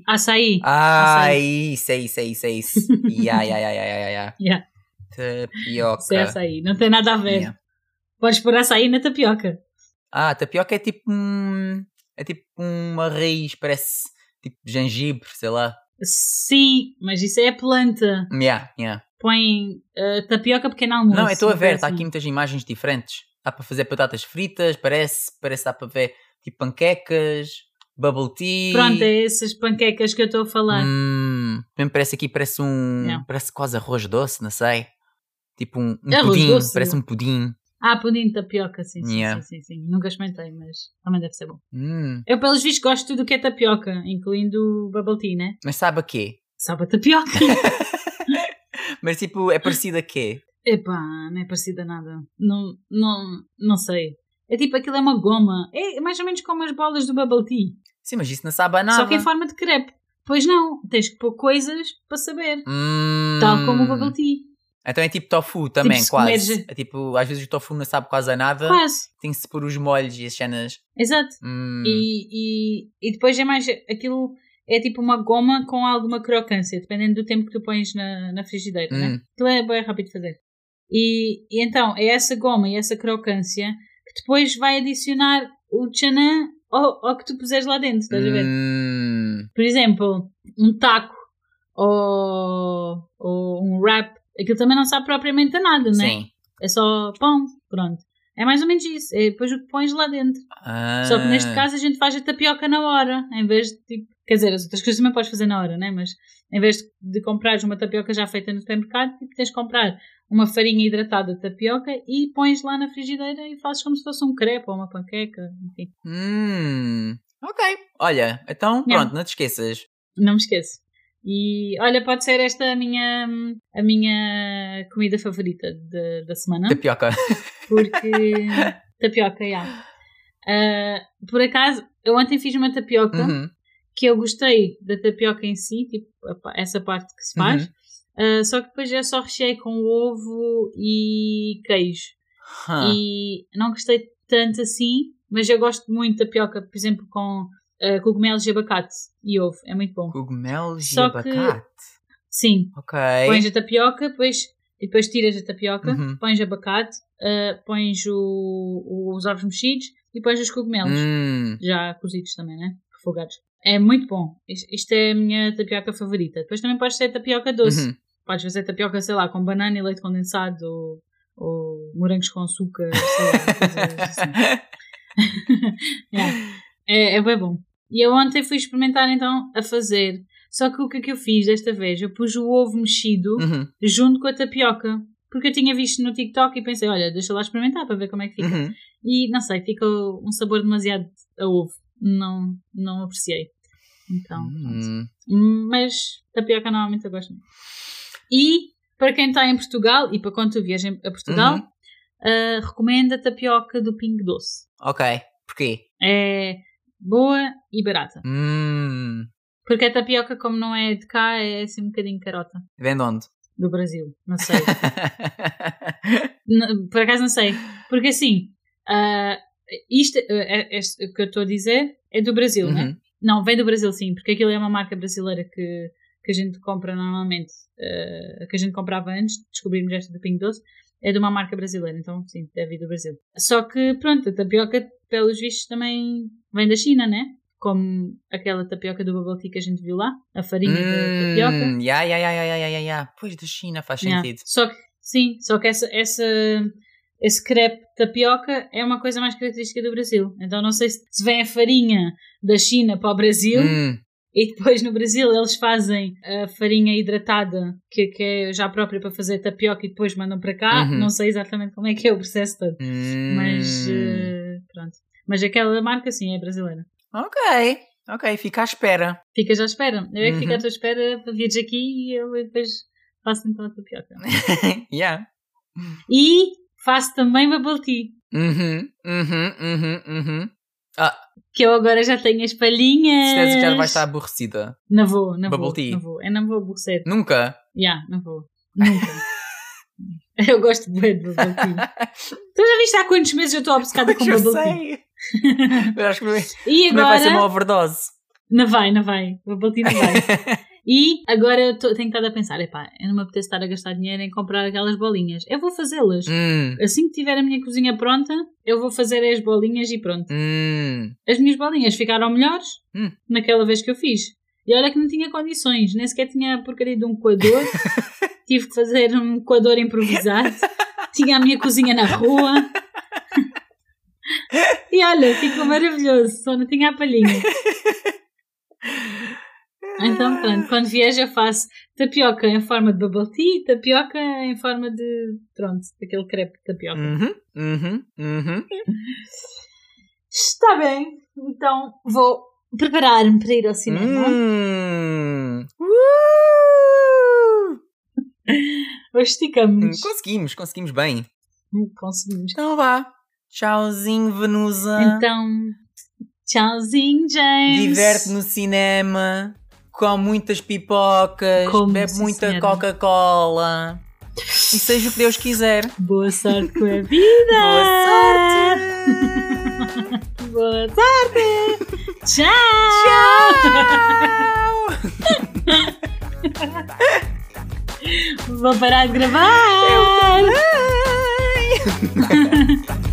Speaker 2: açaí.
Speaker 1: Ah,
Speaker 2: Açaí.
Speaker 1: isso, é isso, é isso, é isso. Ya, ya, ya, ya, ya, ya.
Speaker 2: Yeah,
Speaker 1: Tapioca.
Speaker 2: isso é açaí. Não tem nada a ver.
Speaker 1: Ya.
Speaker 2: Podes pôr açaí na tapioca.
Speaker 1: Ah, tapioca é tipo um. É tipo uma raiz, parece tipo gengibre, sei lá.
Speaker 2: Sim, mas isso é a planta.
Speaker 1: Yeah, yeah.
Speaker 2: Põe eh, tapioca pequeno almoço.
Speaker 1: Não, eu estou a ver,
Speaker 2: parece
Speaker 1: está aqui muitas imagens diferentes. Dá para fazer batatas fritas, parece, parece dá para ver tipo panquecas, bubble tea.
Speaker 2: Pronto, é essas panquecas que eu estou a falar.
Speaker 1: Hum, mesmo parece aqui, parece um.
Speaker 2: Não.
Speaker 1: Parece quase arroz doce, não sei. Tipo um, um
Speaker 2: É arroz
Speaker 1: pudim,
Speaker 2: doce.
Speaker 1: parece um pudim.
Speaker 2: Ah, pudim de tapioca, sim sim,
Speaker 1: Yeah.
Speaker 2: sim, sim, sim. Nunca experimentei, mas também deve ser bom.
Speaker 1: Hum,
Speaker 2: Eu, pelos vistos, gosto de tudo o que é tapioca, incluindo o bubble tea, né?
Speaker 1: mas sabe a quê?
Speaker 2: Sabe a tapioca.
Speaker 1: Mas tipo, é parecido a quê?
Speaker 2: Epá, não é parecido a nada. Não, não, não sei. É tipo, aquilo é uma goma. É mais ou menos como as bolas do bubble tea.
Speaker 1: Sim, mas isso não sabe a nada.
Speaker 2: Só que em forma de crepe. Pois não, tens que pôr coisas para saber.
Speaker 1: Hum.
Speaker 2: Tal como o bubble tea.
Speaker 1: Então é tipo tofu também,
Speaker 2: se
Speaker 1: quase.
Speaker 2: comeres-
Speaker 1: É tipo, às vezes o tofu não sabe quase a nada.
Speaker 2: Quase.
Speaker 1: Tem-se por os molhos e as cenas.
Speaker 2: Exato.
Speaker 1: Hum,
Speaker 2: E, e, e depois é mais. Aquilo é tipo uma goma com alguma crocância, dependendo do tempo que tu pões na, na frigideira, né?
Speaker 1: hum,
Speaker 2: Aquilo é bem rápido de fazer. E, e então é essa goma e essa crocância que depois vai adicionar o tchanã ao, ao que tu puseres lá dentro, estás a ver?
Speaker 1: hum,
Speaker 2: Por exemplo, um taco ou, ou um wrap, aquilo também não sabe propriamente a nada, né?
Speaker 1: Sim.
Speaker 2: É só pão, pronto. É mais ou menos isso, é depois o que pões lá dentro.
Speaker 1: Ah,
Speaker 2: Só que neste caso a gente faz a tapioca na hora, em vez de tipo. Quer dizer, as outras coisas também podes fazer na hora, né? Mas em vez de, de comprares uma tapioca já feita no supermercado, tipo, tens de comprar uma farinha hidratada de tapioca e pões lá na frigideira e fazes como se fosse um crepe ou uma panqueca, enfim.
Speaker 1: Hum, ok. Olha, então
Speaker 2: Yeah.
Speaker 1: pronto, não te esqueças.
Speaker 2: Não me esqueço. E olha, pode ser esta a minha, a minha comida favorita de- da semana.
Speaker 1: Tapioca.
Speaker 2: Porque. tapioca, já. Ah, por acaso, eu ontem fiz uma tapioca.
Speaker 1: Uhum.
Speaker 2: que eu gostei da tapioca em si, tipo a pa- essa parte que se faz, ah, só que depois eu só recheei com ovo e queijo.
Speaker 1: Huh.
Speaker 2: E não gostei tanto assim, mas eu gosto muito de tapioca, por exemplo, com ah, cogumelos e abacate e ovo, é muito bom.
Speaker 1: Cogumelos
Speaker 2: Só
Speaker 1: e
Speaker 2: que-
Speaker 1: abacate.
Speaker 2: Sim,
Speaker 1: Ok.
Speaker 2: pões a tapioca, depois, e depois tiras a tapioca,
Speaker 1: É Uhum.
Speaker 2: pões abacate, ah, pões o- os ovos mexidos e pões os cogumelos.
Speaker 1: Hum,
Speaker 2: já cozidos também, né? Refogados. É muito bom. Is- Isto é a minha tapioca favorita. Depois também podes ter tapioca doce.
Speaker 1: uhum.
Speaker 2: Podes fazer tapioca, sei lá, com banana e leite condensado ou, ou morangos com açúcar, sei lá, coisas assim. Yeah. É, é bem bom. E eu ontem fui experimentar então a fazer. Só que o que é que eu fiz desta vez? Eu pus o ovo mexido
Speaker 1: Uhum.
Speaker 2: junto com a tapioca. Porque eu tinha visto no TikTok e pensei, olha, deixa lá experimentar para ver como é que fica.
Speaker 1: Uhum.
Speaker 2: E não sei, fica um sabor demasiado a ovo. Não, não apreciei. Então, pronto.
Speaker 1: Hum.
Speaker 2: Mas tapioca normalmente eu gosto muito. E para quem está em Portugal e para quando tu viajas a Portugal,
Speaker 1: Uhum.
Speaker 2: ah, recomendo a tapioca do Pingo Doce.
Speaker 1: Ok. Porquê?
Speaker 2: É boa e barata.
Speaker 1: Hum.
Speaker 2: Porque a tapioca, como não é de cá, é assim um bocadinho carota
Speaker 1: Vendo onde?
Speaker 2: do Brasil. Não sei. N- Por acaso não sei. Porque assim, ah, isto ah, é- é- o que eu estou a dizer é do Brasil, né?
Speaker 1: Uhum.
Speaker 2: Não, vem do Brasil sim, porque aquilo é uma marca brasileira que, que a gente compra normalmente, eh, que a gente comprava antes, de descobrirmos esta do Pingo Doce, é de uma marca brasileira, então sim, deve vir do Brasil. Só que, pronto, a tapioca, pelos vistos, também vem da China, né? Como aquela tapioca do bubble tea que a gente viu lá, a farinha
Speaker 1: Hum,
Speaker 2: da tapioca.
Speaker 1: Ya, ya, ya, ya, ya, ya, ya, ya. Pois da China faz
Speaker 2: Yeah.
Speaker 1: sentido.
Speaker 2: Só que, sim, só que essa, essa, esse crepe de tapioca é uma coisa mais característica do Brasil. Então não sei se, se vem a farinha da China para o Brasil.
Speaker 1: Hum,
Speaker 2: E depois no Brasil eles fazem a farinha hidratada, que, que é já própria para fazer tapioca e depois mandam para cá.
Speaker 1: Uhum.
Speaker 2: Não sei exatamente como é que é o processo todo.
Speaker 1: hum.
Speaker 2: Mas eh, pronto. Mas aquela marca sim é brasileira.
Speaker 1: Ok, ok, fica à espera.
Speaker 2: Ficas à espera. Eu é que fico
Speaker 1: Uhum.
Speaker 2: à tua espera para vires aqui e eu depois faço então a tapioca.
Speaker 1: yeah.
Speaker 2: E faço também bubble tea.
Speaker 1: Uhum, uhum, uhum, uhum.
Speaker 2: Que eu agora já tenho as palhinhas.
Speaker 1: Certeza que já vai estar aborrecida.
Speaker 2: Não vou, não
Speaker 1: Bubble
Speaker 2: vou.
Speaker 1: tea.
Speaker 2: Não vou. Eu não vou aborrecer.
Speaker 1: Nunca.
Speaker 2: Já, não vou. Nunca. eu gosto de bem de bubble tea. Tu já viste há quantos meses eu estou obcecada com
Speaker 1: é Eu
Speaker 2: bubble tea?
Speaker 1: sei. Mas acho que
Speaker 2: E
Speaker 1: também vai ser uma
Speaker 2: agora.
Speaker 1: overdose.
Speaker 2: Não vai, não vai. Bubble tea não vai. E agora eu tô- tenho estado a pensar, epá, eu não me apetece estar a gastar dinheiro em comprar aquelas bolinhas. Eu vou fazê-las.
Speaker 1: Hum,
Speaker 2: Assim que tiver a minha cozinha pronta, eu vou fazer as bolinhas e pronto.
Speaker 1: hum.
Speaker 2: As minhas bolinhas ficaram melhores
Speaker 1: Hum.
Speaker 2: naquela vez que eu fiz. E olha que não tinha condições, nem sequer tinha a porcaria de um coador. Tive que fazer um coador improvisado. tinha a minha cozinha na rua. e olha, ficou maravilhoso, só não tinha a palhinha. Então pronto, quando viajo eu faço tapioca em forma de bubble tea, tapioca em forma de, pronto, daquele crepe de tapioca.
Speaker 1: Uhum, uhum, uhum.
Speaker 2: Está bem, então vou preparar-me para ir ao cinema.
Speaker 1: Hum. Uh!
Speaker 2: Hoje esticamos.
Speaker 1: Hum,
Speaker 2: Hum,
Speaker 1: Conseguimos, conseguimos bem.
Speaker 2: Conseguimos.
Speaker 1: Então vá. Tchauzinho, Venusa.
Speaker 2: Então, tchauzinho, James.
Speaker 1: Diverte no cinema. Come muitas pipocas.
Speaker 2: Como,
Speaker 1: bebe
Speaker 2: sim,
Speaker 1: muita
Speaker 2: senhora.
Speaker 1: Coca-Cola. E seja o que Deus quiser.
Speaker 2: Boa sorte com a Ah!
Speaker 1: Boa
Speaker 2: vida.
Speaker 1: sorte!
Speaker 2: Boa sorte. Tchau.
Speaker 1: Tchau! É
Speaker 2: Vou parar de gravar.
Speaker 1: Ai.